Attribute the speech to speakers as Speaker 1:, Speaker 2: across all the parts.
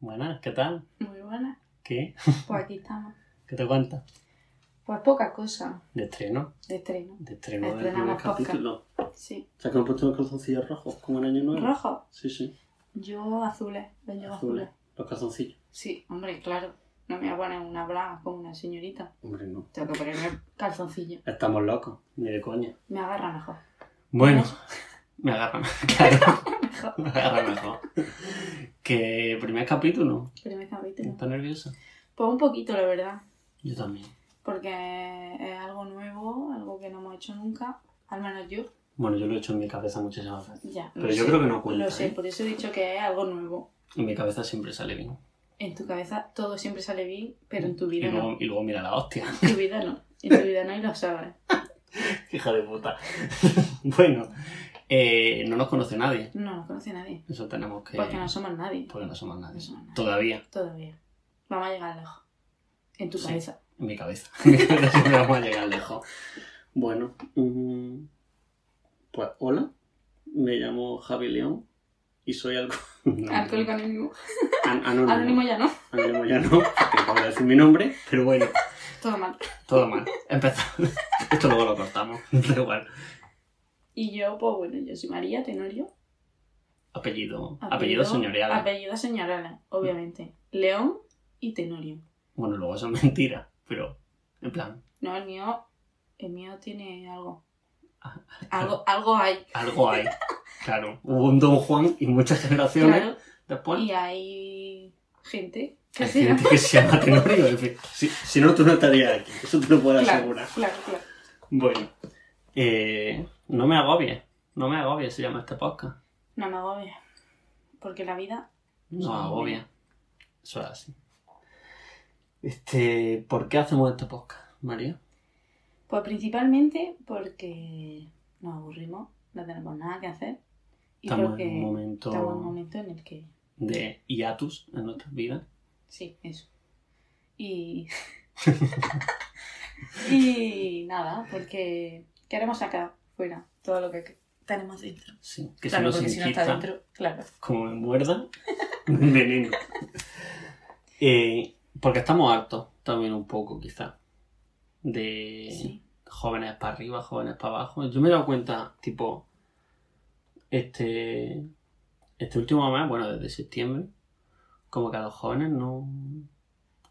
Speaker 1: Buenas, ¿qué tal?
Speaker 2: Muy buena.
Speaker 1: ¿Qué?
Speaker 2: Pues aquí estamos.
Speaker 1: ¿Qué te cuentas?
Speaker 2: Pues poca cosa
Speaker 1: De estreno,
Speaker 2: de estreno.
Speaker 1: de estreno del primer
Speaker 2: Estrenamos podcast.
Speaker 1: capítulo.
Speaker 2: Sí.
Speaker 1: O sea, que me he puesto los calzoncillos rojos, como en año nuevo.
Speaker 2: ¿Rojo?
Speaker 1: Sí, sí,
Speaker 2: Yo azules. Yo llevo azules.
Speaker 1: azules. Los calzoncillos.
Speaker 2: Sí, hombre, claro. No me voy a poner una braga como una señorita.
Speaker 1: Hombre, no.
Speaker 2: Tengo que ponerme calzoncillo.
Speaker 1: Estamos locos, ni de coña.
Speaker 2: Me agarra mejor.
Speaker 1: Bueno,
Speaker 2: Eso.
Speaker 1: me agarra claro,
Speaker 2: Mejor.
Speaker 1: me agarra mejor. Que primer capítulo,
Speaker 2: Primer capítulo.
Speaker 1: ¿estás nerviosa?
Speaker 2: Pues un poquito, la verdad.
Speaker 1: Yo también.
Speaker 2: Porque es algo nuevo, algo que no hemos hecho nunca. Al menos yo.
Speaker 1: Bueno, yo lo he hecho en mi cabeza muchísimas veces.
Speaker 2: Ya.
Speaker 1: Pero
Speaker 2: lo
Speaker 1: yo
Speaker 2: sé.
Speaker 1: creo que no cuenta,
Speaker 2: Lo sé,
Speaker 1: ¿eh?
Speaker 2: por eso he dicho que es algo nuevo.
Speaker 1: En mi cabeza siempre sale bien.
Speaker 2: En tu cabeza todo siempre sale bien, pero en tu
Speaker 1: Y
Speaker 2: vida no.
Speaker 1: luego, y luego mira la hostia.
Speaker 2: En tu vida no. En tu vida no y lo sabes.
Speaker 1: Hija de puta. bueno, eh, no nos conoce nadie.
Speaker 2: No nos conoce nadie.
Speaker 1: Eso tenemos que...
Speaker 2: Porque no somos nadie.
Speaker 1: Porque no somos nadie.
Speaker 2: No somos nadie.
Speaker 1: Todavía,
Speaker 2: Todavía. Vamos a llegar lejos. En tu
Speaker 1: Sí.
Speaker 2: cabeza.
Speaker 1: en mi cabeza. no vamos a llegar lejos.
Speaker 3: Bueno, mm, pues hola, me llamo Javi León y soy alco- no,
Speaker 2: Alcohólico anónimo.
Speaker 3: an- anónimo.
Speaker 2: Anónimo ya no.
Speaker 3: Anónimo ya no, porque acabo de decir mi nombre.
Speaker 1: Pero bueno,
Speaker 2: Todo mal.
Speaker 1: todo mal. Empezamos. Esto luego lo cortamos. Da igual.
Speaker 2: Y yo, pues bueno, yo soy María Tenorio.
Speaker 1: Apellido, apellido, señorial.
Speaker 2: Apellido señorial, obviamente. León y Tenorio.
Speaker 1: Bueno, luego son mentiras, pero en plan,
Speaker 2: No, el mío. El mío tiene algo.
Speaker 1: Ah.
Speaker 2: Algo, algo hay.
Speaker 1: algo hay. Claro, hubo un Don Juan y muchas generaciones
Speaker 2: Claro.
Speaker 1: después.
Speaker 2: Y hay gente que
Speaker 1: Hay
Speaker 2: se llama-
Speaker 1: gente que se llama Tenorio, en fin.
Speaker 3: Si, si no, tú no estarías aquí, eso te lo puedo
Speaker 2: Claro,
Speaker 3: asegurar.
Speaker 2: claro, claro.
Speaker 1: Bueno, eh, no me agobies, no me agobies se llama este podcast.
Speaker 2: No me agobia. Porque la vida.
Speaker 1: No agobies. Eso es así. Este, ¿por qué hacemos este podcast, María?
Speaker 2: Pues principalmente porque nos aburrimos, no tenemos nada que hacer. Y
Speaker 1: Estamos
Speaker 2: porque
Speaker 1: en un momento
Speaker 2: estamos en un momento en el que.
Speaker 1: de hiatus en nuestras vidas.
Speaker 2: Sí, eso. Y. y nada, porque queremos sacar fuera todo lo que tenemos dentro.
Speaker 1: Sí, que
Speaker 2: claro,
Speaker 1: si
Speaker 2: porque
Speaker 1: nos
Speaker 2: si no está
Speaker 1: inquieta,
Speaker 2: dentro, claro.
Speaker 1: como me muerda, veneno. Eh, porque estamos hartos también un poco, quizá, de
Speaker 2: Sí.
Speaker 1: jóvenes para arriba, jóvenes para abajo. Yo me he dado cuenta, tipo, este, este último mes, bueno, desde septiembre, como que a los jóvenes no,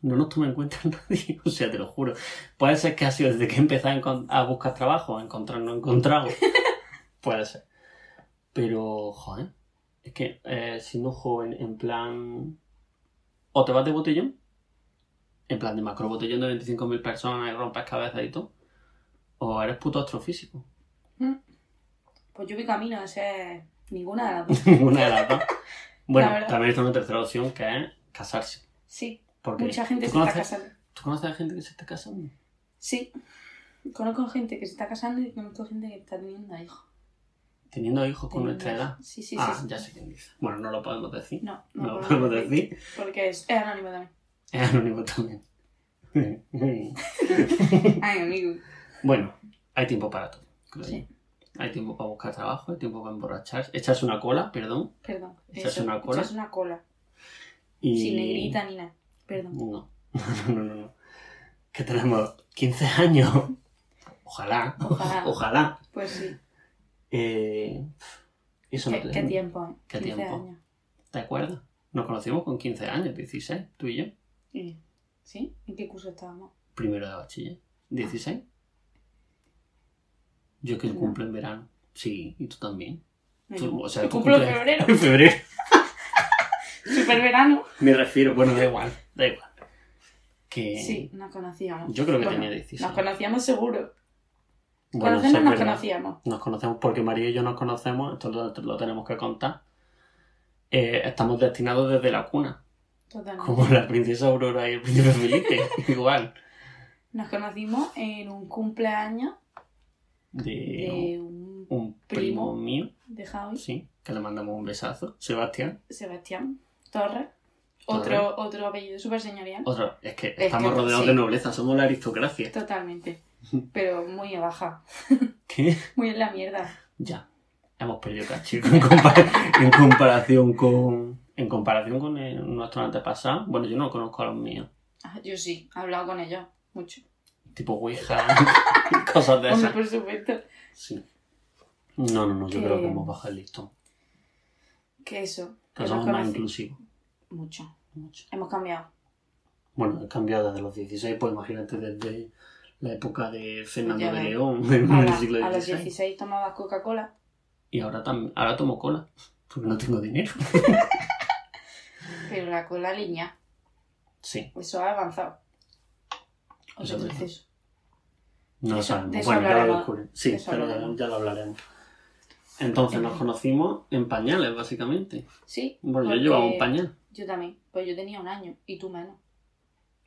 Speaker 1: no nos toma en cuenta nadie. O sea, te lo juro. Puede ser que ha sido desde que empecé a, encon- a buscar trabajo, a encontrar no encontrado. Puede ser. Pero, joder, es que eh, siendo joven, en plan. O te vas de botellón, en plan de macro botellón de 25.000 personas y rompes cabezas y todo. O eres puto astrofísico.
Speaker 2: Pues yo vi camino a ser ninguna de las dos.
Speaker 1: Ninguna de las dos. Bueno,
Speaker 2: La verdad.
Speaker 1: también está una tercera opción que es casarse.
Speaker 2: Sí,
Speaker 1: Porque
Speaker 2: mucha gente
Speaker 1: ¿tú
Speaker 2: se está
Speaker 1: conoces-
Speaker 2: casando.
Speaker 1: ¿Tú conoces a gente que se está casando?
Speaker 2: Sí. Conozco gente que se está casando y conozco gente que está teniendo hijos.
Speaker 1: Teniendo hijos con
Speaker 2: Teniendo
Speaker 1: nuestra
Speaker 2: hijos.
Speaker 1: edad.
Speaker 2: Sí, sí, sí.
Speaker 1: ah,
Speaker 2: sí.
Speaker 1: ya sé quién dice. Bueno, no lo podemos decir.
Speaker 2: No,
Speaker 1: No,
Speaker 2: no,
Speaker 1: lo podemos decir.
Speaker 2: Porque es, es anónimo también.
Speaker 1: Es anónimo también.
Speaker 2: Ay, amigo.
Speaker 1: bueno, hay tiempo para todo. creo
Speaker 2: Sí.
Speaker 1: yo. Hay tiempo para buscar trabajo, hay tiempo para emborracharse, echarse una cola, perdón.
Speaker 2: Perdón.
Speaker 1: ¿Echas
Speaker 2: eso,
Speaker 1: una cola?
Speaker 2: echas una cola.
Speaker 1: Y...
Speaker 2: Sin negrita ni nada. Perdón.
Speaker 1: No, no, no, no. no. Que tenemos 15 años. Ojalá,
Speaker 2: Ojalá.
Speaker 1: ojalá.
Speaker 2: Pues sí.
Speaker 1: Eh, eso
Speaker 2: ¿Qué,
Speaker 1: no
Speaker 2: qué
Speaker 1: tenemos.
Speaker 2: tiempo, ¿eh?
Speaker 1: ¿Qué
Speaker 2: 15
Speaker 1: tiempo?
Speaker 2: años.
Speaker 1: ¿Te acuerdas? Nos conocimos con 15 años, 16, tú y yo.
Speaker 2: ¿Y- ¿Sí? ¿En qué curso estábamos?
Speaker 1: Primero de bachiller. ¿16? Yo que
Speaker 2: No.
Speaker 1: cumplo en verano. Sí, y tú también.
Speaker 2: No,
Speaker 1: Tú,
Speaker 2: yo-
Speaker 1: o sea,
Speaker 2: yo
Speaker 1: tú
Speaker 2: cumplo en
Speaker 1: cumples-
Speaker 2: febrero.
Speaker 1: En febrero.
Speaker 2: Super verano.
Speaker 3: Me refiero,
Speaker 1: Bueno, da igual, da igual. Que...
Speaker 2: Sí, nos conocíamos.
Speaker 1: Yo creo que
Speaker 2: Bueno,
Speaker 1: tenía 16.
Speaker 2: Nos conocíamos seguro.
Speaker 1: Bueno, eso
Speaker 2: Conocernos
Speaker 1: es
Speaker 2: nos
Speaker 1: verdad.
Speaker 2: conocíamos.
Speaker 1: Nos conocemos porque María y yo nos conocemos, esto lo, lo tenemos que contar. Eh, estamos destinados desde la cuna,
Speaker 2: Totalmente.
Speaker 1: como la princesa Aurora y el príncipe Felipe, igual.
Speaker 2: Nos conocimos en un cumpleaños
Speaker 1: De
Speaker 2: de un
Speaker 1: un primo,
Speaker 2: primo.
Speaker 1: mío,
Speaker 2: de Javi,
Speaker 1: sí, que le mandamos un besazo, Sebastián.
Speaker 2: Sebastián Torres,
Speaker 1: Torres.
Speaker 2: otro, otro apellido súper señorial.
Speaker 1: Otra, es que
Speaker 2: que
Speaker 1: estamos rodeados
Speaker 2: sí.
Speaker 1: de nobleza, somos la aristocracia.
Speaker 2: Totalmente. Pero muy baja.
Speaker 1: ¿Qué?
Speaker 2: Muy en la mierda.
Speaker 1: Ya, hemos perdido cachico en, compar- en comparación con en comparación con eh, nuestros antepasados, bueno, yo no conozco a los míos,
Speaker 2: Ah, yo sí, he hablado con ellos mucho.
Speaker 1: tipo Ouija, cosas de
Speaker 2: Hombre,
Speaker 1: esas.
Speaker 2: por supuesto.
Speaker 1: Sí. No, no, no, yo
Speaker 2: Que-
Speaker 1: creo que hemos bajado el listón.
Speaker 2: Que eso.
Speaker 1: Que
Speaker 2: que
Speaker 1: somos
Speaker 2: los
Speaker 1: más
Speaker 2: conocí-
Speaker 1: inclusivos.
Speaker 2: Mucho.
Speaker 1: Mucho.
Speaker 2: Hemos cambiado.
Speaker 1: Bueno, he cambiado desde los 16, pues imagínate desde la época de Fernando
Speaker 2: Ya
Speaker 1: de
Speaker 2: ves.
Speaker 1: León,
Speaker 2: A,
Speaker 1: en el
Speaker 2: la-
Speaker 1: siglo
Speaker 2: a los
Speaker 1: XVI.
Speaker 2: 16 tomabas Coca-Cola.
Speaker 1: Y ahora, tam- ahora tomo cola, porque no tengo dinero.
Speaker 2: Pero la cola línea,
Speaker 1: Sí,
Speaker 2: eso ha avanzado. O sea,
Speaker 1: Eso es
Speaker 2: dices,
Speaker 1: no lo
Speaker 2: Eso-
Speaker 1: sabemos.
Speaker 2: de eso
Speaker 1: bueno, ya lo
Speaker 2: hablaremos.
Speaker 1: descubrí. Sí,
Speaker 2: De eso
Speaker 1: pero
Speaker 2: hablaremos.
Speaker 1: ya lo hablaremos. Entonces nos
Speaker 2: Eh.
Speaker 1: conocimos en pañales, básicamente.
Speaker 2: sí,
Speaker 1: Bueno,
Speaker 2: Porque-
Speaker 1: Pues yo llevaba un pañal.
Speaker 2: yo también. Pues yo tenía un año y tú menos.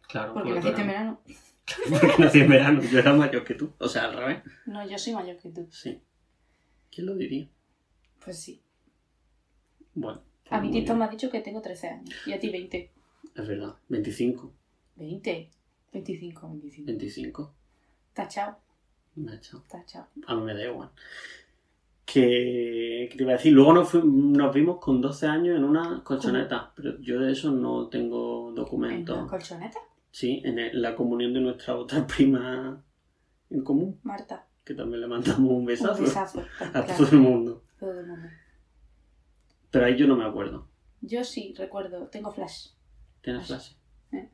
Speaker 1: Claro,
Speaker 2: Porque naciste en
Speaker 1: verano.
Speaker 2: verano.
Speaker 1: Porque nací en verano, yo era mayor que tú. O sea, al revés.
Speaker 2: No, yo soy mayor que tú.
Speaker 1: Sí. ¿Quién lo diría?
Speaker 2: Pues sí.
Speaker 1: Bueno. pues
Speaker 2: A mi
Speaker 1: muy
Speaker 2: Tito
Speaker 1: bien.
Speaker 2: me ha dicho que tengo 13 años y a ti 20.
Speaker 1: Es verdad, 25.
Speaker 2: 20. 25, 25.
Speaker 1: 25.
Speaker 2: Tachao,
Speaker 1: Me ha echado.
Speaker 2: tachao.
Speaker 1: A mí me da igual. Que, que te iba a decir, luego nos, fui- nos vimos con 12 años en una colchoneta, pero yo de eso no tengo
Speaker 2: ¿En una
Speaker 1: documentos.
Speaker 2: colchoneta?
Speaker 1: Sí, en el- la comunión de nuestra otra prima en común,
Speaker 2: Marta.
Speaker 1: que también le mandamos un besazo,
Speaker 2: Un besazo.
Speaker 1: a
Speaker 2: claro,
Speaker 1: todo el mundo.
Speaker 2: todo el mundo.
Speaker 1: Pero ahí yo no me acuerdo.
Speaker 2: Yo sí recuerdo, tengo flash.
Speaker 1: ¿Tienes clase?
Speaker 2: Eh.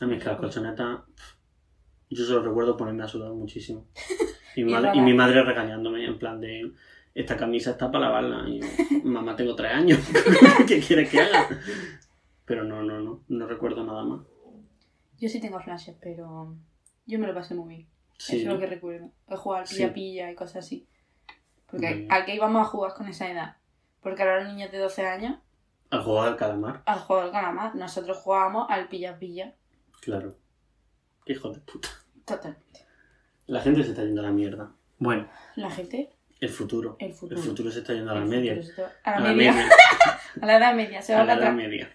Speaker 1: A mí es que la colchoneta, pf, yo solo recuerdo ponerme a sudar muchísimo. Y mi,
Speaker 2: Y
Speaker 1: madre, y
Speaker 2: rodar.
Speaker 1: mi madre regañándome en plan de, esta camisa está para lavarla. Y yo, mamá, tengo tres años, ¿qué quieres que haga? Pero no, no, no, no recuerdo nada más.
Speaker 2: Yo sí tengo flashes, pero yo me lo pasé muy bien.
Speaker 1: Sí,
Speaker 2: Eso es lo que recuerdo. He jugado al
Speaker 1: Sí.
Speaker 2: pilla-pilla y cosas así. Porque
Speaker 1: Bien.
Speaker 2: al que íbamos a jugar con esa edad. Porque ahora los niños de 12 años,
Speaker 1: al juego del calamar,
Speaker 2: al juego del calamar, nosotros jugábamos al pilla-pilla.
Speaker 1: claro. Qué hijo de puta.
Speaker 2: Totalmente.
Speaker 1: La gente se está yendo a la mierda. Bueno,
Speaker 2: La gente,
Speaker 1: el futuro.
Speaker 2: el
Speaker 1: El
Speaker 2: futuro.
Speaker 1: futuro se está yendo a la
Speaker 2: Mm. El
Speaker 1: media.
Speaker 2: futuro, esto- A la media. A la edad media, se va
Speaker 1: a la
Speaker 2: para
Speaker 1: Edad
Speaker 2: atrás.
Speaker 1: Media.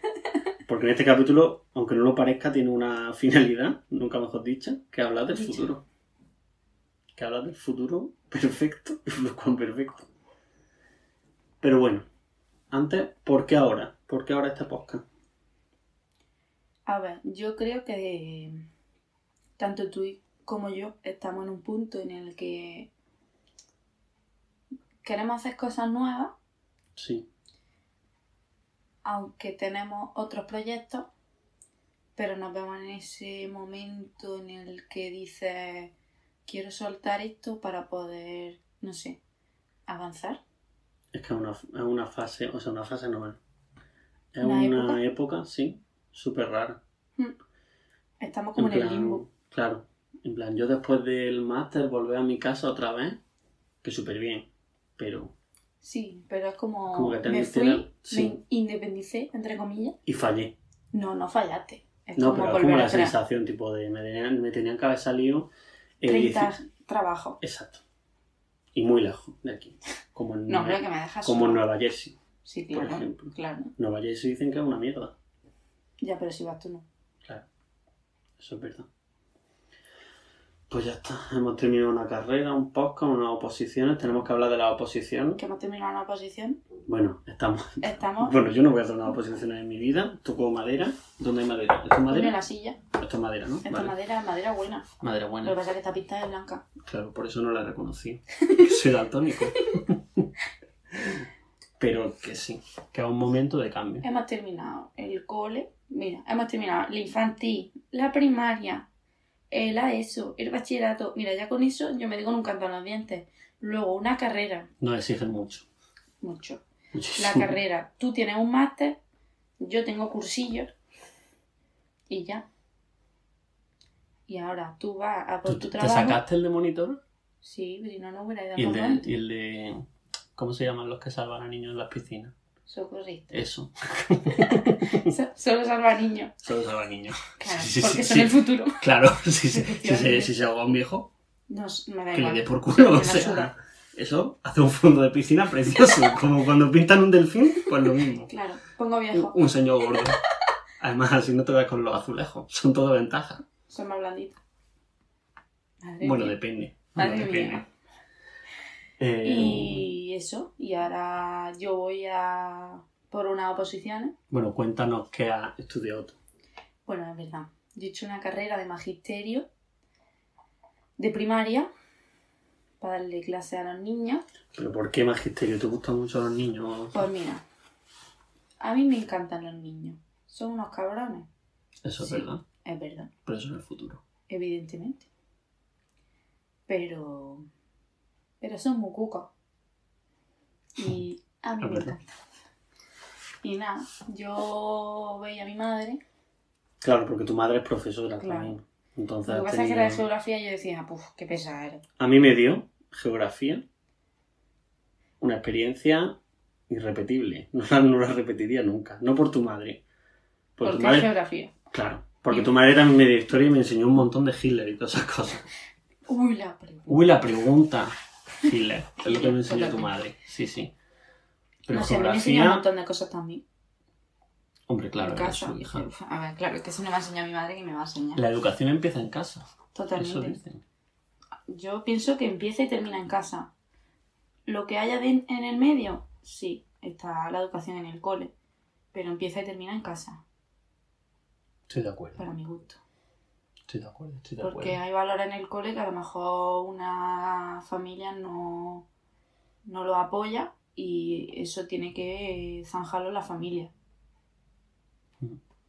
Speaker 1: Porque en este capítulo, aunque no lo parezca, tiene una finalidad, nunca mejor dicha, que hablar del
Speaker 2: Dicha.
Speaker 1: futuro. Que hablar del futuro perfecto, lo cuán perfecto. Pero bueno, antes, ¿por qué ahora? ¿Por qué ahora este podcast?
Speaker 2: A ver, yo creo que em, tanto tú y- como yo estamos en un punto en el que queremos hacer cosas nuevas,
Speaker 1: Sí,
Speaker 2: aunque tenemos otros proyectos, pero nos vemos en ese momento en el que dices, quiero soltar esto para poder, no sé, avanzar.
Speaker 1: es que es una, es una fase, o sea, una fase no es. Es
Speaker 2: ¿Una
Speaker 1: una,
Speaker 2: época?
Speaker 1: época? sí, súper rara.
Speaker 2: Estamos como en,
Speaker 1: plan,
Speaker 2: el limbo.
Speaker 1: Claro, en plan, yo después del máster volver a mi casa otra vez, que súper bien, pero
Speaker 2: Sí, pero es como,
Speaker 1: Como que te
Speaker 2: me
Speaker 1: han-
Speaker 2: fui,
Speaker 1: te la-
Speaker 2: me
Speaker 1: sí.
Speaker 2: independicé, entre comillas.
Speaker 1: y fallé.
Speaker 2: No, no fallaste. Es
Speaker 1: No,
Speaker 2: como
Speaker 1: pero es
Speaker 2: volver
Speaker 1: como la
Speaker 2: atrás.
Speaker 1: sensación tipo de me tenían, me tenían que haber salido el
Speaker 2: 30
Speaker 1: dieci-
Speaker 2: trabajo.
Speaker 1: Exacto. Y muy lejos de aquí. Como en,
Speaker 2: No,
Speaker 1: Nueva-
Speaker 2: creo que me dejas.
Speaker 1: como en
Speaker 2: sola.
Speaker 1: Nueva Jersey.
Speaker 2: Sí,
Speaker 1: por
Speaker 2: claro.
Speaker 1: ejemplo.
Speaker 2: Claro.
Speaker 1: Nueva Jersey dicen que es una mierda.
Speaker 2: Ya, pero si vas tú no.
Speaker 1: Eso es verdad. Pues ya está. Hemos terminado una carrera, un podcast, unas oposiciones. Tenemos que hablar de las oposiciones.
Speaker 2: Que hemos terminado una oposición.
Speaker 1: Bueno, estamos.
Speaker 2: Estamos
Speaker 1: Bueno, yo no voy a hacer unas oposiciones en mi vida. Toco madera. ¿Dónde hay madera? ¿Esto es
Speaker 2: en
Speaker 1: madera?
Speaker 2: la silla.
Speaker 1: Esto es madera, ¿no?
Speaker 2: Esta
Speaker 1: Vale.
Speaker 2: madera es madera buena.
Speaker 1: Madera
Speaker 2: Lo que
Speaker 1: buena.
Speaker 2: pasa es que esta pista es blanca.
Speaker 1: Claro, por eso no la reconocí. Soy daltónico. Pero que sí, que es un momento de cambio.
Speaker 2: Hemos terminado el cole. Mira, hemos terminado la infantil, la primaria, eh, la ESO, el bachillerato. Mira, ya con eso yo me digo un canto en los dientes. Luego una carrera.
Speaker 1: Nos exigen mucho.
Speaker 2: Mucho. la
Speaker 1: Muchísimo.
Speaker 2: carrera. Tú tienes un máster, yo tengo cursillos y ya. Y ahora tú vas a por
Speaker 1: ¿Tú-
Speaker 2: tu
Speaker 1: ¿Te
Speaker 2: trabajo.
Speaker 1: sacaste el de monitor?
Speaker 2: Sí, pero si no, no hubiera ido
Speaker 1: Y el
Speaker 2: a
Speaker 1: de,
Speaker 2: por
Speaker 1: y el de. ¿Cómo se llaman los que salvan a niños en las piscinas?
Speaker 2: Socorrista.
Speaker 1: Eso.
Speaker 2: So- Solo salva niños.
Speaker 1: Solo salvan niños.
Speaker 2: Claro,
Speaker 1: Sí, sí, sí,
Speaker 2: porque son
Speaker 1: sí.
Speaker 2: el futuro.
Speaker 1: Claro, si se, si se, si se ahoga un viejo,
Speaker 2: No, s- me da
Speaker 1: que le dé
Speaker 2: igual.
Speaker 1: por culo.
Speaker 2: Me
Speaker 1: O
Speaker 2: la
Speaker 1: sea,
Speaker 2: suda.
Speaker 1: eso hace un fondo de piscina precioso. Como cuando pintan un delfín, pues lo mismo.
Speaker 2: Claro, pongo
Speaker 1: un,
Speaker 2: viejo.
Speaker 1: un señor gordo. Además, así no te vas con los azulejos. Son todo ventajas.
Speaker 2: Son más blanditos. Madre
Speaker 1: Bueno,
Speaker 2: mía.
Speaker 1: depende.
Speaker 3: Ah,
Speaker 2: Madre
Speaker 1: Bueno, depende.
Speaker 2: mía.
Speaker 1: Eh,
Speaker 2: Y eso, y ahora yo voy a por unas oposiciones.
Speaker 1: Bueno, cuéntanos qué ha
Speaker 3: Estudiado.
Speaker 2: Bueno, es verdad. Yo he hecho una carrera de magisterio de primaria para darle clase a los niños.
Speaker 3: ¿Pero por qué magisterio? ¿Te gustan mucho los niños?
Speaker 2: Pues mira, a mí me encantan los niños. Son unos cabrones.
Speaker 1: Eso es
Speaker 2: Sí.
Speaker 1: verdad,
Speaker 2: Es verdad,
Speaker 1: pero eso en el futuro.
Speaker 2: evidentemente. Pero. Pero son muy cucos. Y a mí
Speaker 1: Es
Speaker 2: me
Speaker 1: verdad.
Speaker 2: encanta. Y nada, yo veía a mi madre
Speaker 3: Claro, porque tu madre es profesora
Speaker 2: Claro.
Speaker 3: también. Entonces,
Speaker 2: Lo que
Speaker 3: has
Speaker 2: pasa es que era de
Speaker 3: tenido-
Speaker 2: geografía y yo decía, "Ah, puf, qué pesada
Speaker 1: Pues
Speaker 2: eres.
Speaker 3: a mí me dio geografía una experiencia irrepetible. No la, no la repetiría nunca. No por tu madre. Por,
Speaker 2: ¿Por
Speaker 3: tu
Speaker 2: qué
Speaker 3: madre.
Speaker 2: geografía?
Speaker 3: Claro. Porque tu madre también me dio historia y me enseñó un montón de Hitler y todas esas cosas.
Speaker 2: Uy, la pregunta.
Speaker 1: Uy, la pregunta, Hitler, es lo que me enseñó tu madre. Sí, sí. Pero
Speaker 2: no sé, a mí me enseñó un
Speaker 1: geografía.
Speaker 2: montón de cosas también.
Speaker 1: Hombre, claro,
Speaker 2: en
Speaker 1: era
Speaker 2: casa.
Speaker 1: su hija.
Speaker 2: A ver, claro, es que si no me ha enseñado mi madre, que me va a enseñar.
Speaker 1: La educación empieza en casa. Eso
Speaker 2: Totalmente.
Speaker 1: dicen.
Speaker 2: Yo pienso que empieza y termina en casa. Lo que haya de- en el medio, sí, está la educación en el cole. Pero empieza y termina en casa,
Speaker 1: Estoy de acuerdo.
Speaker 2: para mi gusto.
Speaker 1: Estoy de acuerdo, estoy de
Speaker 2: Porque
Speaker 1: acuerdo.
Speaker 2: hay valores en el cole que a lo mejor una familia no, no lo apoya y eso tiene que zanjarlo la familia.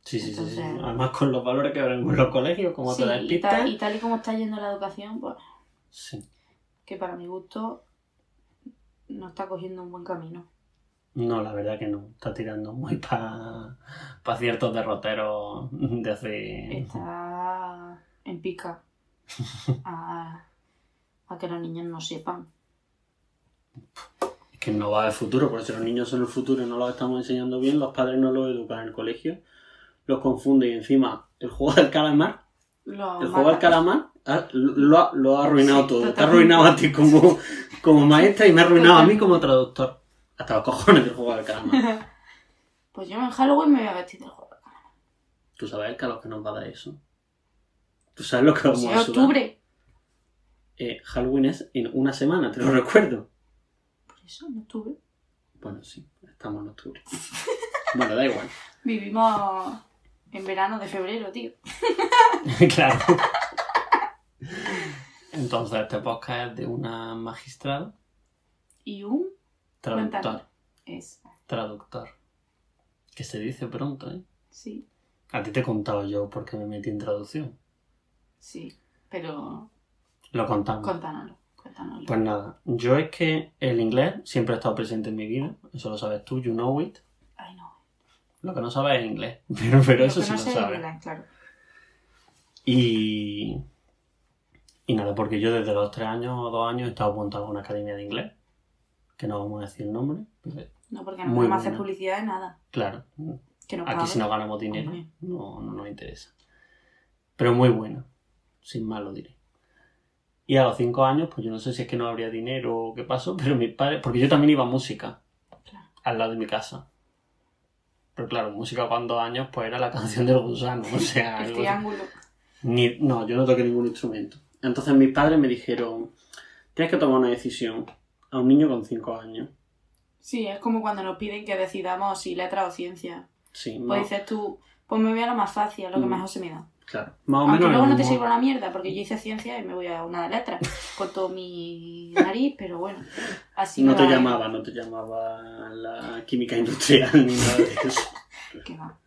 Speaker 1: Sí, sí, sí, sí, sí.
Speaker 2: Entonces-
Speaker 1: Además, con los valores que habrán en los colegios, como te
Speaker 2: Sí, y, tal, y
Speaker 1: despistas.
Speaker 2: tal y como está yendo la educación, pues
Speaker 1: Sí.
Speaker 2: que para mi gusto no está cogiendo un buen camino.
Speaker 1: No, la verdad que no. Está tirando muy para pa ciertos derroteros de hace.
Speaker 2: Está en pica a, a que los niños no sepan.
Speaker 3: Es que no va de futuro, por eso los niños son el futuro y no los estamos enseñando bien, los padres no los educan en el colegio, los confunden y encima el juego del calamar,
Speaker 2: Lo
Speaker 3: el juego del
Speaker 2: matan.
Speaker 3: calamar ah, lo ha, lo ha arruinado
Speaker 2: Sí,
Speaker 3: todo, te ha
Speaker 2: totalmente.
Speaker 3: arruinado a ti como, como maestra y me ha arruinado a mí como traductor. Hasta los cojones del juego del calamar.
Speaker 2: Pues yo en Halloween me voy a vestir del juego.
Speaker 3: Tú sabes que a los que nos va a dar eso. Tú sabes lo que vamos
Speaker 2: Si
Speaker 3: a
Speaker 2: es
Speaker 3: sudar.
Speaker 2: octubre.
Speaker 3: Eh, Halloween es en una semana, te lo recuerdo.
Speaker 2: Por eso, en octubre.
Speaker 3: Bueno, sí, estamos en octubre. Bueno, da igual.
Speaker 2: Vivimos en verano de febrero, tío.
Speaker 1: claro. Entonces, este podcast es de una magistrada,
Speaker 2: Y un
Speaker 1: traductor,
Speaker 2: Cuéntalo. es.
Speaker 1: traductor. Que se dice pronto, ¿eh?
Speaker 2: Sí,
Speaker 1: A ti te he contado yo por qué me metí en traducción.
Speaker 2: sí. Pero
Speaker 1: Lo contamos.
Speaker 2: contánoslo, contánoslo.
Speaker 1: Pues nada, yo es que el inglés siempre ha estado presente en mi vida, eso lo sabes tú, you know it.
Speaker 2: Ay, no.
Speaker 1: Lo que no sabes es el inglés, pero, pero
Speaker 2: Lo
Speaker 1: eso
Speaker 2: que
Speaker 1: sí
Speaker 2: no
Speaker 1: lo
Speaker 2: sé es
Speaker 1: sabes.
Speaker 2: verdad, claro.
Speaker 1: Y... y nada, porque yo desde los tres años o dos años he estado apuntado a una academia de inglés, que no vamos a decir el nombre, pero
Speaker 2: No, porque no
Speaker 1: Muy
Speaker 2: podemos hacer
Speaker 1: buena.
Speaker 2: publicidad de nada.
Speaker 1: claro,
Speaker 2: Que no
Speaker 1: aquí
Speaker 2: pague.
Speaker 1: si no ganamos dinero
Speaker 2: Hombre.
Speaker 1: no, no nos interesa. Pero muy buena, sin más lo diré. Y a los cinco años, pues yo no sé si es que no habría dinero o qué pasó, pero mis padres, porque yo también iba a música
Speaker 2: Claro.
Speaker 1: al lado de mi casa. Pero claro, música con dos años, pues era la canción del gusano, o sea,
Speaker 2: El
Speaker 1: algo-
Speaker 2: triángulo.
Speaker 3: Ni- no, yo no toqué ningún instrumento. Entonces mis padres me dijeron, tienes que tomar una decisión a un niño con 5 años.
Speaker 2: Sí, es como cuando nos piden que decidamos si letra o ciencia.
Speaker 3: Sí,
Speaker 2: Pues
Speaker 3: más,
Speaker 2: dices tú, pues me voy a lo más fácil, a lo que
Speaker 3: Mm.
Speaker 2: mejor se me da.
Speaker 3: claro, más o
Speaker 2: Aunque
Speaker 3: menos...
Speaker 2: luego
Speaker 3: el
Speaker 2: no te
Speaker 3: mismo-
Speaker 2: sirva una mierda, porque yo hice ciencia y me voy a una de letras con todo mi nariz, pero bueno. Así
Speaker 3: no
Speaker 2: me
Speaker 3: te
Speaker 2: va bien.
Speaker 3: llamaba, no te llamaba la química industrial ni nada de eso.
Speaker 2: ¿Qué va?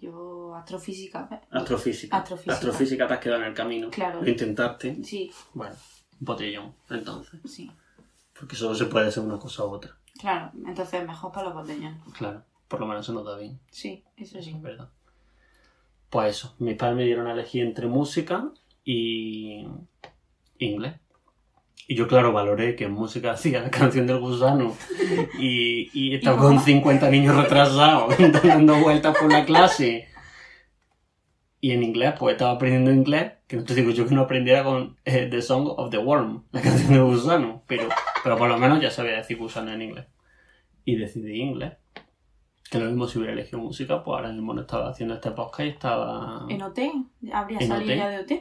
Speaker 2: Yo, astrofísica. ¿eh?
Speaker 3: Astrofísica.
Speaker 2: Astrofísica.
Speaker 3: Astrofísica te has quedado en el camino.
Speaker 2: Claro.
Speaker 3: Lo intentaste.
Speaker 2: Sí,
Speaker 1: Bueno, botellón, entonces.
Speaker 2: sí.
Speaker 1: Porque solo se puede hacer una cosa u otra.
Speaker 2: Claro, entonces mejor para los botellones.
Speaker 1: Claro, por lo menos se nos da bien.
Speaker 2: Sí, eso
Speaker 1: Eso
Speaker 2: sí.
Speaker 1: es verdad. Pues eso, mis padres me dieron a elegir entre música y inglés. Y yo, claro, valoré que en música hacía la canción del gusano y, y estaba con
Speaker 2: mamá.
Speaker 1: 50 niños retrasados dando vueltas por la clase. Y en inglés, pues estaba aprendiendo inglés, que no te digo yo que no aprendiera con eh, The Song of the Worm, la canción del gusano, pero, pero por lo menos ya sabía decir gusano en inglés. Y decidí inglés. Que lo mismo si hubiera elegido música, pues ahora mismo no estaba haciendo este podcast y estaba...
Speaker 2: ¿En OT? ¿Habría
Speaker 1: ¿En
Speaker 2: salido
Speaker 1: OT?
Speaker 2: ya de OT?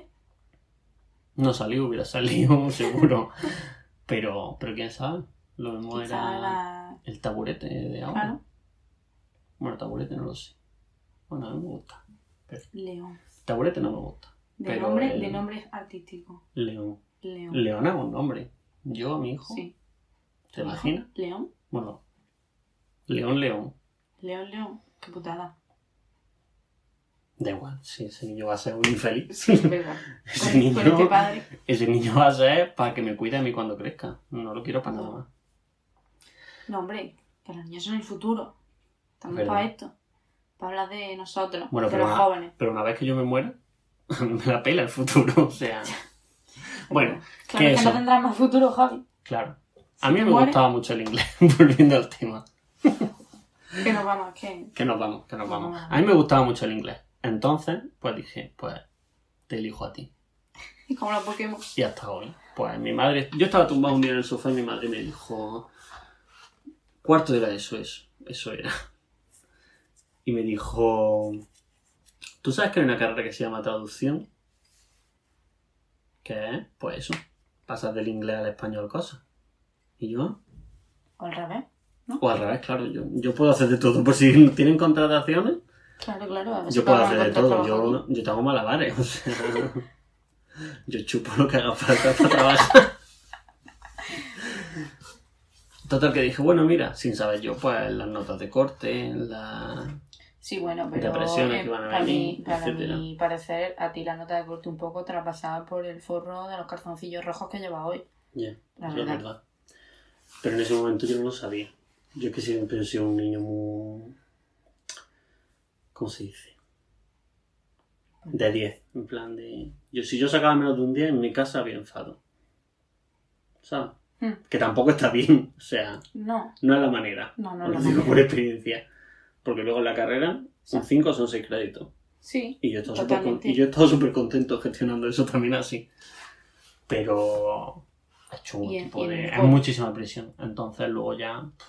Speaker 1: No salí, hubiera salido seguro. pero, pero quién sabe, lo mismo
Speaker 2: Quizá
Speaker 1: era
Speaker 2: la-
Speaker 1: el taburete de ahora.
Speaker 2: Claro.
Speaker 1: Bueno, taburete no lo sé. Bueno, a mí me gusta.
Speaker 2: León.
Speaker 1: Taburete no me gusta.
Speaker 2: De,
Speaker 1: Pero
Speaker 2: nombre,
Speaker 1: el-
Speaker 2: de nombre artístico.
Speaker 1: León.
Speaker 2: León.
Speaker 1: León es un nombre. Yo a mi hijo.
Speaker 2: Sí.
Speaker 1: ¿Te imaginas?
Speaker 2: León.
Speaker 1: Bueno. León, León.
Speaker 2: León, León. Qué putada.
Speaker 1: Da igual, sí, ese niño va a ser un infeliz.
Speaker 2: Sí, es verdad.
Speaker 1: Ese
Speaker 2: Con, con este
Speaker 1: niño-
Speaker 2: padre.
Speaker 1: Ese niño va a ser para que me cuide a mí cuando crezca. No lo quiero para nada más.
Speaker 2: No, hombre, que los niños son el futuro. Estamos
Speaker 1: Verdad.
Speaker 2: para esto. Para hablar de nosotros,
Speaker 1: Bueno,
Speaker 2: de
Speaker 1: pero
Speaker 2: los
Speaker 1: una-
Speaker 2: jóvenes.
Speaker 1: Pero una vez que yo me muera, me la pela el futuro. O sea, Bueno,
Speaker 2: claro
Speaker 1: ¿qué
Speaker 2: que
Speaker 1: es
Speaker 2: no
Speaker 1: eso?
Speaker 2: tendrás más futuro, Javi.
Speaker 1: claro.
Speaker 2: Si
Speaker 1: A mí
Speaker 2: te
Speaker 1: me
Speaker 2: mueres-
Speaker 1: gustaba mucho el inglés, volviendo al tema.
Speaker 2: Que nos vamos, que.
Speaker 1: Que nos vamos, que nos vamos.
Speaker 2: Ah.
Speaker 1: A mí me gustaba mucho el inglés. Entonces, pues dije, pues te elijo a ti.
Speaker 2: Y como los Pokémon.
Speaker 1: Y hasta hoy. Pues mi madre. Yo estaba tumbado un día en el sofá y mi madre me dijo. Cuarto era eso, eso. Eso era. Y me dijo. ¿Tú sabes que hay una carrera que se llama traducción? ¿Qué es? Pues eso. Pasas del inglés al español cosas. Y yo.
Speaker 2: O al revés.
Speaker 1: O al revés, claro. Yo, yo puedo hacer de todo. Por si tienen contrataciones,
Speaker 2: Claro, claro. A ver si
Speaker 1: yo puedo
Speaker 2: podemos
Speaker 1: hacer de todo.
Speaker 2: encontrar trabajo
Speaker 1: Yo, yo te hago malabares. O sea. yo chupo lo que haga falta para trabajar. Total que dije, bueno, mira, sin saber yo, pues las notas de corte, la...
Speaker 2: aquí. Sí, bueno, pero.
Speaker 1: Depresiones
Speaker 2: eh,
Speaker 1: que van a
Speaker 2: para
Speaker 1: venir,
Speaker 2: mí- Para
Speaker 1: etcétera.
Speaker 2: mi parecer, a ti la nota de corte un poco traspasada por el forro de los calzoncillos rojos que lleva hoy.
Speaker 3: Ya, eso
Speaker 2: La
Speaker 3: es
Speaker 2: verdad.
Speaker 3: verdad. Pero en ese momento yo no lo sabía. Yo es que siempre he sido un niño muy... ¿Cómo se dice? De 10. En plan de... Yo, si yo sacaba menos de un 10, en mi casa había enfado. ¿Sabes?
Speaker 2: Hmm.
Speaker 3: Que tampoco está bien. O sea,
Speaker 2: No,
Speaker 3: no es la manera.
Speaker 2: no, no,
Speaker 3: lo
Speaker 2: no.
Speaker 3: digo
Speaker 2: no.
Speaker 3: por experiencia. Porque luego en la carrera son 5 o son 6 créditos.
Speaker 2: Sí,
Speaker 3: Y yo estaba súper con-
Speaker 2: Totalmente.
Speaker 3: y yo he estado súper contento gestionando eso también así.
Speaker 1: pero ha hecho un
Speaker 2: Y en-
Speaker 1: tipo
Speaker 2: y en
Speaker 1: de...
Speaker 2: el
Speaker 1: Es
Speaker 2: cole.
Speaker 1: muchísima presión. Entonces luego ya, pff,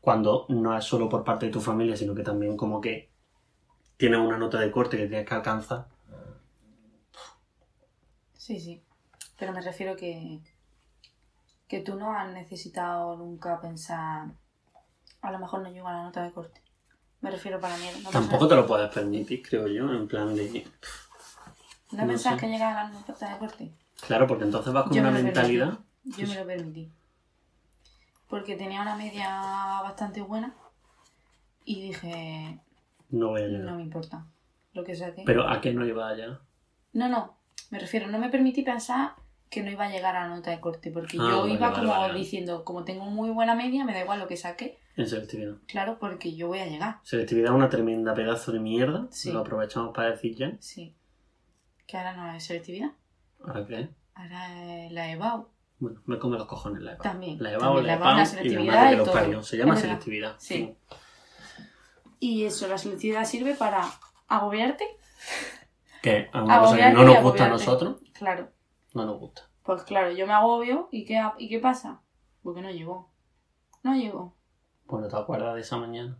Speaker 1: cuando no es solo por parte de tu familia, sino que también como que tienes una nota de corte que tienes que alcanzar.
Speaker 2: sí, sí. Pero me refiero que. Que tú no has necesitado nunca pensar. A lo mejor no llego a la nota de corte. Me refiero para mí. No
Speaker 3: Tampoco te lo puedes permitir, creo yo, en plan de...
Speaker 2: pensar- ¿No
Speaker 3: no
Speaker 2: pensás
Speaker 3: sé.
Speaker 2: que llegas a la nota de corte?
Speaker 3: Claro, porque entonces vas con
Speaker 2: Yo
Speaker 3: una
Speaker 2: me lo
Speaker 3: mentalidad...
Speaker 2: Yo me lo permití. Porque tenía una media bastante buena y dije,
Speaker 3: No voy a llegar.
Speaker 2: no me importa lo que saque.
Speaker 3: Pero ¿a qué no iba allá?
Speaker 2: No, no, me refiero, no me permití pensar que no iba a llegar a la nota de corte, porque
Speaker 3: Ah,
Speaker 2: yo
Speaker 3: vale,
Speaker 2: iba
Speaker 3: vale,
Speaker 2: como
Speaker 3: vale.
Speaker 2: diciendo, como tengo muy buena media, me da igual lo que saque,
Speaker 3: En selectividad.
Speaker 2: claro, porque yo voy a llegar.
Speaker 3: Selectividad es una tremenda pedazo de mierda.
Speaker 2: Sí.
Speaker 3: Lo aprovechamos para decir ya.
Speaker 2: Sí. Que ahora no es selectividad,
Speaker 3: ¿Ahora qué?
Speaker 2: ahora es la EBAU.
Speaker 3: Bueno, me come los cojones la EVA.
Speaker 2: También,
Speaker 3: La EVA o
Speaker 2: también
Speaker 3: la
Speaker 2: la EVA, la
Speaker 3: EPAM y la
Speaker 2: selectividad
Speaker 3: madre
Speaker 2: y
Speaker 3: que los
Speaker 2: todo.
Speaker 3: parió. Se llama
Speaker 2: Es verdad.
Speaker 3: selectividad.
Speaker 2: Sí. Y eso, la selectividad sirve para agobiarte,
Speaker 1: Que es una cosa que
Speaker 2: Agobiarte
Speaker 1: no
Speaker 2: y
Speaker 1: nos gusta a
Speaker 2: agobiarte.
Speaker 1: nosotros,
Speaker 2: claro.
Speaker 1: no nos gusta.
Speaker 2: Pues claro, yo me agobio y ¿qué, ha- y qué pasa? Porque no llegó. No llegó.
Speaker 1: Bueno, ¿te acuerdas de esa mañana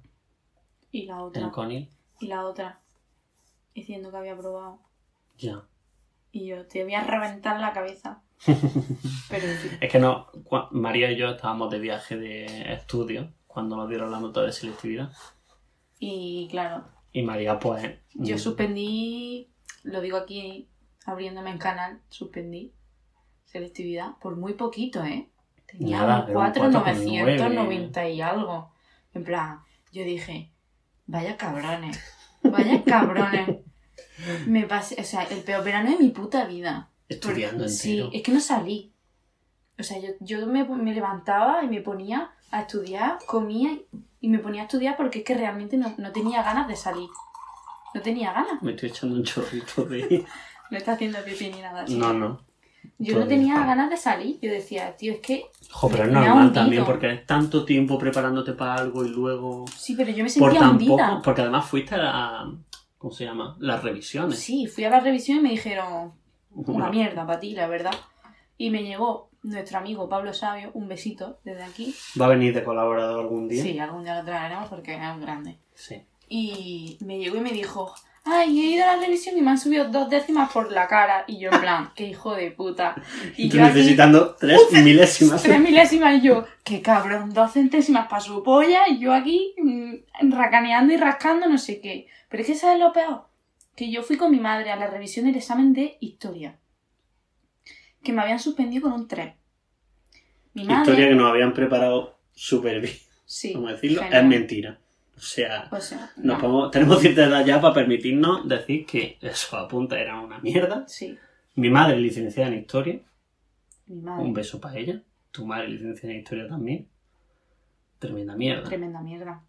Speaker 2: Y la
Speaker 1: en
Speaker 2: otra.
Speaker 1: Conil?
Speaker 2: Y la otra. Diciendo que había probado.
Speaker 1: Ya.
Speaker 2: Y yo te voy a reventar la cabeza. Pero en fin,
Speaker 1: Es que no, cua- María y yo estábamos de viaje de estudio cuando nos dieron la nota de selectividad.
Speaker 2: Y claro,
Speaker 1: Y María, pues.
Speaker 2: yo
Speaker 1: mm,
Speaker 2: suspendí, lo digo aquí abriéndome el canal, suspendí selectividad por muy poquito, ¿eh? Tenía
Speaker 1: Nada,
Speaker 2: un
Speaker 1: era un
Speaker 2: 4,990 y algo. En plan, yo dije, vaya cabrones, vaya cabrones. Me pasé, o sea, el peor verano de mi puta vida.
Speaker 1: Estudiando
Speaker 2: Sí,
Speaker 1: entero.
Speaker 2: es que no salí. O sea, yo, yo me, me levantaba y me ponía a estudiar, comía y- y me ponía a estudiar porque es que realmente no, no tenía ganas de salir. No tenía ganas.
Speaker 3: Me estoy echando un chorrito de...
Speaker 2: No está haciendo pipí ni nada así.
Speaker 1: No, no.
Speaker 2: yo no
Speaker 1: todavía.
Speaker 2: tenía ganas de salir. Yo decía, tío, es que
Speaker 1: Jo, pero es
Speaker 2: Me ha
Speaker 1: normal
Speaker 2: hundido.
Speaker 1: también porque es tanto tiempo preparándote para algo y luego.
Speaker 2: sí, pero yo
Speaker 1: Por
Speaker 2: me sentía
Speaker 1: tan
Speaker 2: hundida.
Speaker 1: poco. Porque además fuiste a. la- ¿Cómo se llama? Las revisiones.
Speaker 2: Sí, fui a la revisión y me dijeron, una
Speaker 1: Una-
Speaker 2: mierda para ti, la verdad. Y me llegó nuestro amigo Pablo Sabio, un besito desde aquí.
Speaker 1: ¿Va a venir de colaborador algún día?
Speaker 2: Sí, algún día lo traeremos porque era un grande.
Speaker 1: Sí.
Speaker 2: Y me llegó y me dijo, ay, he ido a la revisión y me han subido dos décimas por la cara. Y yo, en plan, qué hijo de puta. Y
Speaker 1: Tú
Speaker 2: yo aquí,
Speaker 1: necesitando tres milésimas.
Speaker 2: tres milésimas, y yo, qué cabrón, dos centésimas para su polla. Y yo aquí, mm, racaneando y rascando, no sé qué. Pero es que sabes lo peor, que yo fui con mi madre a la revisión del examen de historia. Que me habían suspendido con un 3. Mi madre...
Speaker 1: Historia que nos habían preparado súper bien,
Speaker 2: Sí.
Speaker 1: vamos a decirlo.
Speaker 2: genial.
Speaker 1: Es mentira. O sea,
Speaker 2: O sea,
Speaker 1: nos
Speaker 2: no.
Speaker 1: podemos- tenemos cierta edad ya para permitirnos decir que eso apunta era una mierda.
Speaker 2: Sí,
Speaker 1: Mi madre licenciada en historia.
Speaker 2: mi madre.
Speaker 1: Un beso para ella. Tu madre licenciada en historia también. Tremenda mierda.
Speaker 2: Tremenda mierda.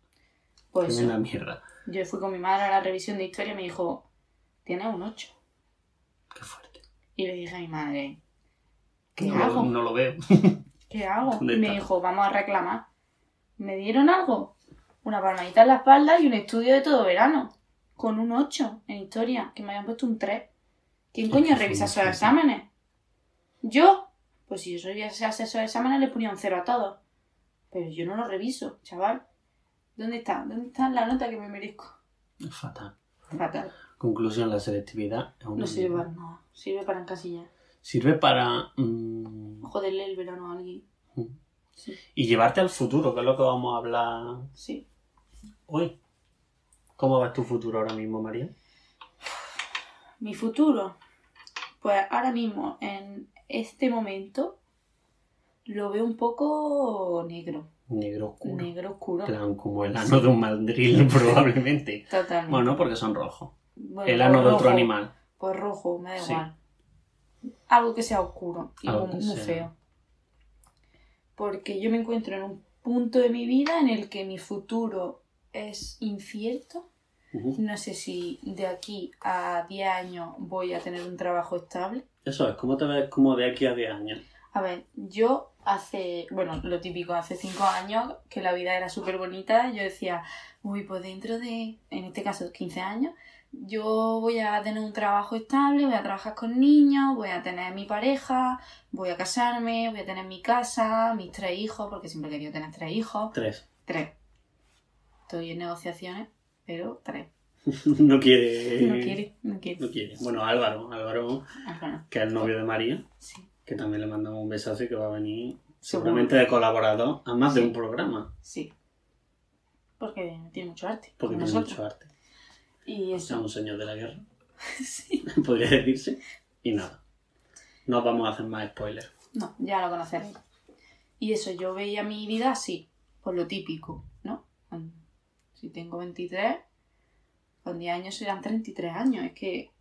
Speaker 2: Pues eso.
Speaker 1: Tremenda mierda.
Speaker 2: Yo fui con mi madre a la revisión de historia y me dijo, tienes un 8.
Speaker 1: Qué fuerte.
Speaker 2: Y le dije a mi madre, ¿qué
Speaker 1: No lo,
Speaker 2: hago?
Speaker 1: no lo veo.
Speaker 2: ¿Qué hago?
Speaker 1: ¿Dónde
Speaker 2: Y me
Speaker 1: está?
Speaker 2: dijo, vamos a reclamar. ¿Me dieron algo? Una palmadita en la espalda y un estudio de todo verano. Con un 8 en historia, que me habían puesto un 3. ¿Quién coño
Speaker 1: qué
Speaker 2: revisa esos
Speaker 1: fuerte.
Speaker 2: exámenes? ¿Yo? Pues si yo revisase esos exámenes les ponía un 0 a todos. Pero yo no lo reviso, chaval. ¿Dónde está? ¿Dónde está la nota que me merezco?
Speaker 1: Fatal.
Speaker 2: Fatal.
Speaker 1: Conclusión, la selectividad es una
Speaker 2: No sirve
Speaker 1: mierda.
Speaker 2: para nada. Sirve para encasillar.
Speaker 1: Sirve para... mm,
Speaker 2: Joderle el verano a alguien.
Speaker 1: Mm.
Speaker 2: Sí,
Speaker 1: y llevarte al futuro, que es lo que vamos a hablar
Speaker 2: sí.
Speaker 1: hoy. ¿Cómo ves tu futuro ahora mismo, María?
Speaker 2: Mi futuro. Pues ahora mismo, en este momento, lo veo un poco negro.
Speaker 1: Negro oscuro.
Speaker 2: Negro oscuro.
Speaker 1: Plan, como el ano de un mandril, probablemente.
Speaker 2: Totalmente.
Speaker 1: Bueno, porque son rojos.
Speaker 2: Bueno,
Speaker 1: El ano
Speaker 2: pues
Speaker 1: de otro
Speaker 2: rojo,
Speaker 1: animal.
Speaker 2: Pues rojo, me da
Speaker 1: Sí.
Speaker 2: igual. Algo que sea oscuro y
Speaker 1: Algo
Speaker 2: como
Speaker 1: que
Speaker 2: muy
Speaker 1: sea.
Speaker 2: feo. Porque yo me encuentro en un punto de mi vida en el que mi futuro es incierto.
Speaker 1: Ujú.
Speaker 2: No sé si de aquí a 10 años voy a tener un trabajo estable.
Speaker 1: Eso es, ¿cómo te ves como de aquí a 10 años?
Speaker 2: A ver, yo hace, bueno, lo típico, hace 5 años que la vida era súper bonita, yo decía, uy, pues dentro de, en este caso, 15 años, yo voy a tener un trabajo estable, voy a trabajar con niños, voy a tener mi pareja, voy a casarme, voy a tener mi casa, mis tres hijos, porque siempre he querido tener tres hijos.
Speaker 1: Tres.
Speaker 2: Tres. Estoy en negociaciones, pero tres.
Speaker 1: no quiere...
Speaker 2: No quiere, no quiere.
Speaker 1: No quiere. Bueno, Álvaro, Álvaro,
Speaker 2: Ah, bueno,
Speaker 1: que es el novio de María,
Speaker 2: sí.
Speaker 1: que también le mandamos un besazo y que va a venir seguramente de colaborador a más de
Speaker 2: Sí.
Speaker 1: un programa,
Speaker 2: Sí. Porque tiene mucho arte.
Speaker 1: porque tiene
Speaker 2: como nosotros.
Speaker 1: mucho arte.
Speaker 2: Y
Speaker 1: Es
Speaker 2: eso.
Speaker 1: un señor de la guerra,
Speaker 2: sí.
Speaker 1: podría decirse. Y nada, no vamos a hacer más spoilers.
Speaker 2: No, ya lo conoceréis. Y eso, yo veía mi vida así, por lo típico, ¿no? Mm, Si tengo 23, con 10 años serán 33 años. Es que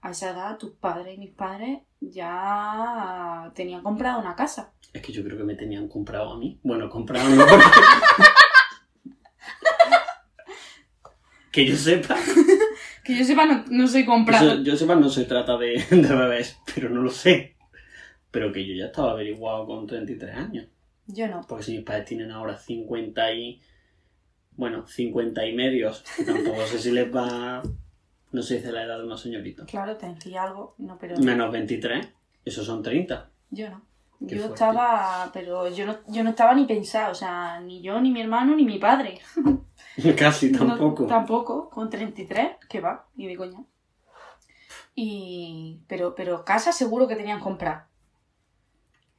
Speaker 2: a esa edad tus padres y mis padres ya tenían comprado una casa.
Speaker 1: Es que yo creo que me tenían comprado a mí. Bueno, comprado no porque- que yo sepa,
Speaker 2: Que yo sepa, no, no soy comprado.
Speaker 1: eso- yo sepa no se trata de, de bebés, pero no lo sé. Pero que yo ya estaba averiguado con 33 años.
Speaker 2: Yo no.
Speaker 1: Porque si mis padres tienen ahora 50 y. Bueno, 50 y medios. que Tampoco sé si les va. No sé si es la edad de unos señoritos.
Speaker 2: Claro, tendría algo, no, pero.
Speaker 1: Menos 23, esos son 30.
Speaker 2: Yo no.
Speaker 1: Qué
Speaker 2: Yo
Speaker 1: fuerte.
Speaker 2: estaba, pero yo no, yo no estaba ni pensada, o sea, ni yo, ni mi hermano, ni mi padre.
Speaker 1: Casi
Speaker 2: No,
Speaker 1: tampoco.
Speaker 2: tampoco, con 33, que va, ni de coña. Y, pero, pero casa seguro que tenían comprada,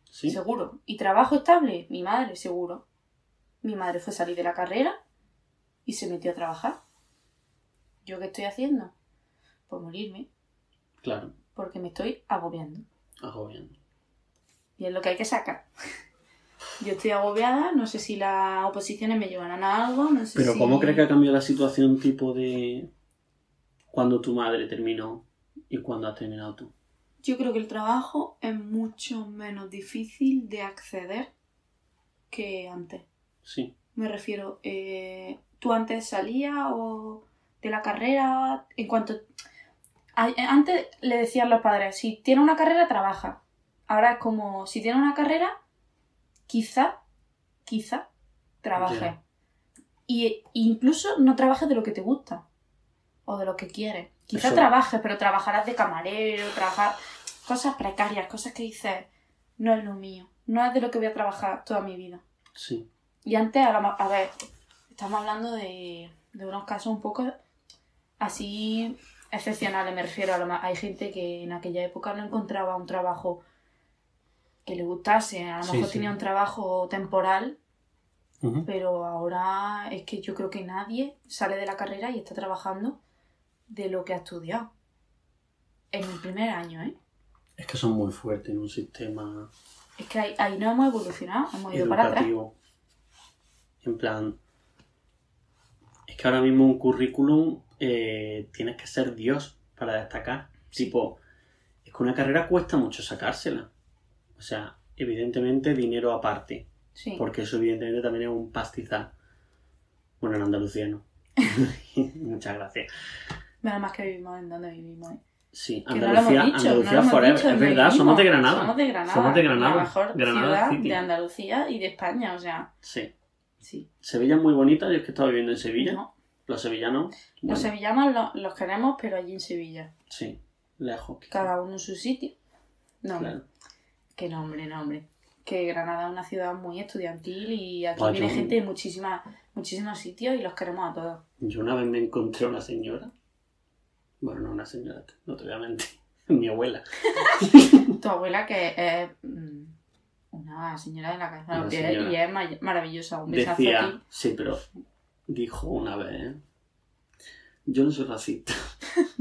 Speaker 1: ¿Sí?
Speaker 2: seguro. Y trabajo estable, mi madre, seguro. Mi madre fue a salir de la carrera y se metió a trabajar. ¿Yo qué estoy haciendo? Pues morirme,
Speaker 1: Claro,
Speaker 2: porque me estoy agobiando.
Speaker 1: agobiando.
Speaker 2: Y es lo que hay que sacar. Yo estoy agobiada, no sé si las oposiciones me llevarán a algo, no sé
Speaker 1: Pero
Speaker 2: si...
Speaker 1: ¿cómo crees que ha cambiado la situación tipo de. cuando tu madre terminó y cuando has terminado tú?
Speaker 2: Yo creo que el trabajo es mucho menos difícil de acceder que antes.
Speaker 1: Sí.
Speaker 2: Me refiero, eh, tú antes salías o de la carrera, en cuanto... a- Antes le decían los padres, si tiene una carrera, trabaja. Ahora es como, si tiene una carrera, quizá, quizá, trabaje.
Speaker 1: Ya.
Speaker 2: Y e- incluso no trabajes de lo que te gusta o de lo que quieres. Quizá
Speaker 1: Eso.
Speaker 2: trabajes, pero trabajarás de camarero, trabajar cosas precarias, cosas que dices, no es lo mío, no es de lo que voy a trabajar toda mi vida.
Speaker 1: Sí.
Speaker 2: Y antes, a, la ma- a ver, estamos hablando de, de unos casos un poco así excepcionales, me refiero a lo más. Hay gente que en aquella época no encontraba un trabajo que le gustase, a lo
Speaker 1: Sí,
Speaker 2: mejor
Speaker 1: sí.
Speaker 2: tenía un trabajo temporal,
Speaker 1: Ujú.
Speaker 2: pero ahora es que yo creo que nadie sale de la carrera y está trabajando de lo que ha estudiado. En el primer año, ¿eh?
Speaker 3: Es que son muy fuertes en un sistema
Speaker 2: Es que ahí, ahí no hemos evolucionado, hemos ido para atrás.
Speaker 3: educativo. En plan, es que ahora mismo un currículum eh, tienes que ser Dios para destacar. Tipo, es que una carrera cuesta mucho sacársela. O sea, evidentemente dinero aparte,
Speaker 2: Sí.
Speaker 3: porque eso evidentemente también es un pastizal. Bueno, en Andalucía no. Muchas gracias.
Speaker 2: Menos más que vivimos en donde vivimos. ¿eh?
Speaker 3: Sí,
Speaker 2: Que no lo hemos
Speaker 3: Andalucía,
Speaker 2: dicho.
Speaker 3: Andalucía
Speaker 2: no lo hemos
Speaker 3: forever.
Speaker 2: dicho,
Speaker 3: es
Speaker 2: no
Speaker 3: verdad,
Speaker 2: vivimos.
Speaker 3: somos de Granada.
Speaker 2: Somos de Granada.
Speaker 3: Somos de Granada.
Speaker 2: La mejor
Speaker 3: Granada
Speaker 2: ciudad
Speaker 3: City.
Speaker 2: de Andalucía y de España, o sea,
Speaker 3: Sí.
Speaker 2: sí.
Speaker 3: Sevilla es muy bonita, yo es que estaba viviendo en Sevilla.
Speaker 2: No,
Speaker 3: Los sevillanos.
Speaker 2: Los
Speaker 3: bueno,
Speaker 2: sevillanos lo- los, queremos, pero allí en Sevilla.
Speaker 3: Sí, lejos. quizá.
Speaker 2: Cada uno en su sitio. No,
Speaker 3: Claro.
Speaker 2: que nombre, nombre. Que Granada es una ciudad muy estudiantil y aquí
Speaker 3: Pues
Speaker 2: viene
Speaker 3: yo-
Speaker 2: gente de muchísima, muchísimos sitios y los queremos a todos.
Speaker 3: Yo una vez me encontré a una señora. Bueno, no una señora, no te voy a mentir. Mi abuela.
Speaker 2: Tu abuela que es mm, una señora de la casa de
Speaker 3: Una
Speaker 2: los pies
Speaker 3: señora.
Speaker 2: y es ma- maravillosa. Un besazo a ti.
Speaker 3: Decía. Sí, pero dijo una vez. ¿eh? Yo no soy racista,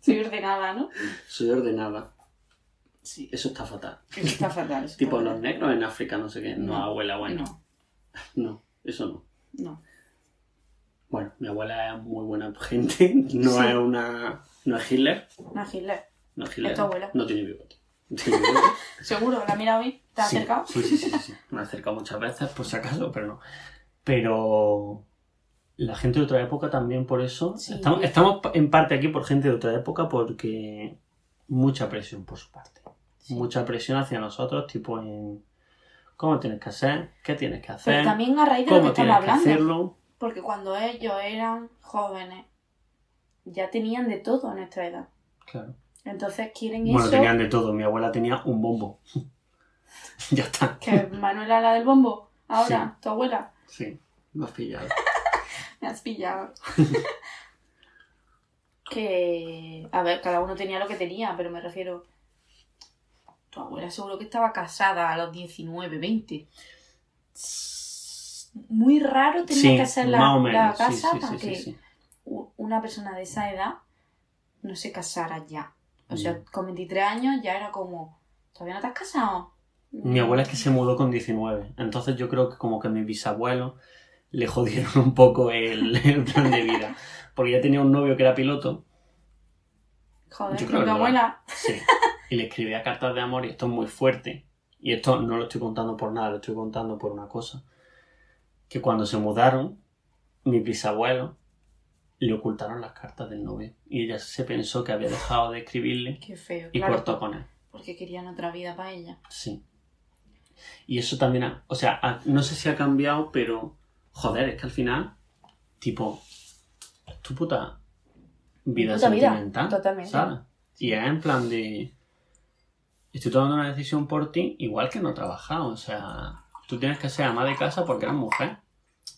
Speaker 2: Soy ordenada, ¿no?
Speaker 3: soy ordenada.
Speaker 2: Sí.
Speaker 3: Eso está fatal.
Speaker 2: Está fatal. eso
Speaker 3: Tipo
Speaker 2: está
Speaker 3: los negros en África, no sé qué. No,
Speaker 2: No,
Speaker 3: abuela,
Speaker 1: Pues
Speaker 2: fatal.
Speaker 3: bueno. No. eso no.
Speaker 2: No, no.
Speaker 3: Bueno, mi abuela es muy buena gente. No
Speaker 2: Sí.
Speaker 3: es una. No es Hitler.
Speaker 2: No, Hitler.
Speaker 3: No es Hitler.
Speaker 2: Es tu abuela.
Speaker 3: No tiene bigote. No tiene bigote.
Speaker 2: Seguro, la mira hoy. ¿Te has
Speaker 1: Sí,
Speaker 2: acercado?
Speaker 1: Sí, sí, sí, sí. Me he acercado muchas veces, por si acaso, pero no. Pero la gente de otra época también por eso.
Speaker 2: Sí.
Speaker 1: Estamos, estamos pa- en parte aquí por gente de otra época porque mucha presión por su parte.
Speaker 2: Sí.
Speaker 1: Mucha presión hacia nosotros, tipo en cómo tienes que hacer, qué tienes que hacer,
Speaker 2: Pero también a raíz de lo que
Speaker 1: cómo
Speaker 2: estamos
Speaker 1: tienes que
Speaker 2: hablando.
Speaker 1: hacerlo.
Speaker 2: Porque cuando ellos eran jóvenes, ya tenían de todo a nuestra edad.
Speaker 1: Claro.
Speaker 2: Entonces quieren
Speaker 1: Bueno,
Speaker 2: eso.
Speaker 1: tenían de todo. Mi abuela tenía un bombo. ya está.
Speaker 2: Que Manuela la del bombo. Ahora, tu abuela.
Speaker 1: Sí, lo has pillado.
Speaker 2: Me has pillado. que. A ver, cada uno tenía lo que tenía, pero me refiero. Tu abuela seguro que estaba casada a los 19, 20. Muy raro tenía
Speaker 1: Sí,
Speaker 2: que hacer la,
Speaker 1: más o
Speaker 2: la
Speaker 1: menos.
Speaker 2: casa
Speaker 1: Sí, sí,
Speaker 2: para
Speaker 1: sí, sí,
Speaker 2: que
Speaker 1: sí.
Speaker 2: u- una persona de esa edad no se casara ya. O sea,
Speaker 1: Mm.
Speaker 2: con 23 años ya era como, ¿todavía no te has casado? Mm.
Speaker 1: Mi abuela es que se mudó con 19, entonces yo creo que como que mis bisabuelos le jodieron un poco el, el plan de vida. Porque ya tenía un novio que era piloto,
Speaker 2: Joder,
Speaker 1: Yo
Speaker 2: tu
Speaker 1: creo que no. ¿eh?
Speaker 2: abuela.
Speaker 1: sí, y le escribía cartas de amor y esto es muy fuerte. Y esto no lo estoy contando por nada, lo estoy contando por una cosa. Que cuando se mudaron, mis bisabuelos le ocultaron las cartas del novio. Y ella se pensó que había dejado de escribirle
Speaker 2: Qué feo,
Speaker 1: y
Speaker 2: claro.
Speaker 1: cortó con él.
Speaker 2: Porque querían otra vida para ella.
Speaker 1: Sí. Y eso también, ha- o sea, ha- no sé si ha cambiado, pero joder, es que al final, tipo, es tu puta vida
Speaker 2: Puta vida,
Speaker 1: sentimental,
Speaker 2: totalmente.
Speaker 1: ¿sabes? Y es en plan de, estoy tomando una decisión por ti, igual que no trabajar, o sea, tú tienes que ser ama de casa porque eres mujer.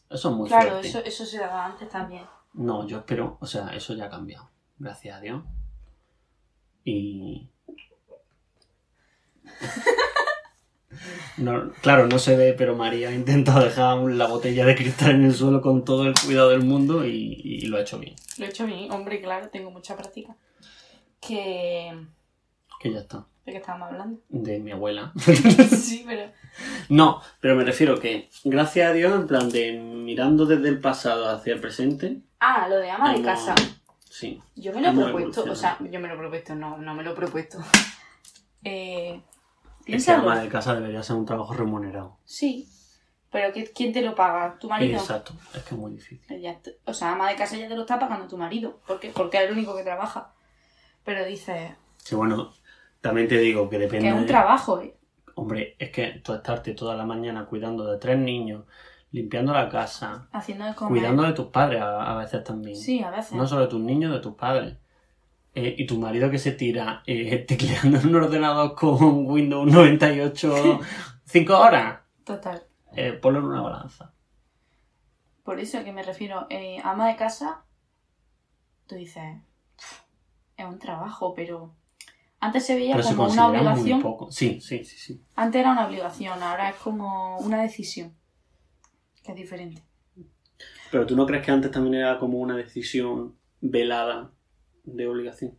Speaker 1: Eso es muy
Speaker 2: claro,
Speaker 1: fuerte.
Speaker 2: eso, eso se daba antes también.
Speaker 1: No, yo espero, o sea, eso ya ha cambiado, gracias a Dios. Y... No, claro, no se ve, pero María ha intentado dejar la botella de cristal en el suelo con todo el cuidado del mundo y, y lo ha hecho bien.
Speaker 2: Lo he hecho a mí, hombre, claro, tengo mucha práctica. Que...
Speaker 1: Que ya está.
Speaker 2: ¿De qué estábamos hablando?
Speaker 1: De mi abuela.
Speaker 2: sí, pero...
Speaker 1: No,
Speaker 3: Pero me refiero que, gracias a Dios, en plan de mirando desde el pasado hacia el presente,
Speaker 2: Ah, lo de ama de
Speaker 3: Hemos-
Speaker 2: casa.
Speaker 3: sí.
Speaker 2: Yo me lo he
Speaker 3: Hemos
Speaker 2: propuesto, o sea,
Speaker 3: evolucionado.
Speaker 2: yo me lo he propuesto, no, no me lo he propuesto. Eh,
Speaker 1: es que ama
Speaker 2: piénsalo.
Speaker 1: de casa debería ser un trabajo remunerado.
Speaker 2: Sí, pero ¿qué- ¿quién te lo paga? ¿Tu marido?
Speaker 1: Exacto, es que es muy difícil.
Speaker 2: Ya te- o sea, ama de casa ya te lo está pagando tu marido, porque, porque es el único que trabaja. Pero dices,
Speaker 1: Sí, bueno, también te digo que depende...
Speaker 2: que es un
Speaker 1: de-
Speaker 2: trabajo, ¿eh?
Speaker 1: Hombre, es que tú estarte toda la mañana cuidando de tres niños, limpiando la casa,
Speaker 2: Haciendo de comer.
Speaker 1: cuidando de tus padres a, a veces también.
Speaker 2: Sí, a veces.
Speaker 1: No solo de tus niños, de tus padres. Eh, y tu marido que se tira eh, tecleando en un ordenador con Windows 98 cinco horas.
Speaker 2: Total.
Speaker 1: Eh, ponlo en una balanza.
Speaker 2: Por eso que me refiero, eh, ama de casa, tú dices, es un trabajo, pero antes se veía
Speaker 1: Pero se
Speaker 2: como una
Speaker 1: considera muy
Speaker 2: obligación.
Speaker 1: poco. Sí, sí, sí, sí.
Speaker 2: Antes era una obligación, ahora es como una decisión, que es diferente.
Speaker 3: Pero tú no crees que antes también era como una decisión velada de obligación.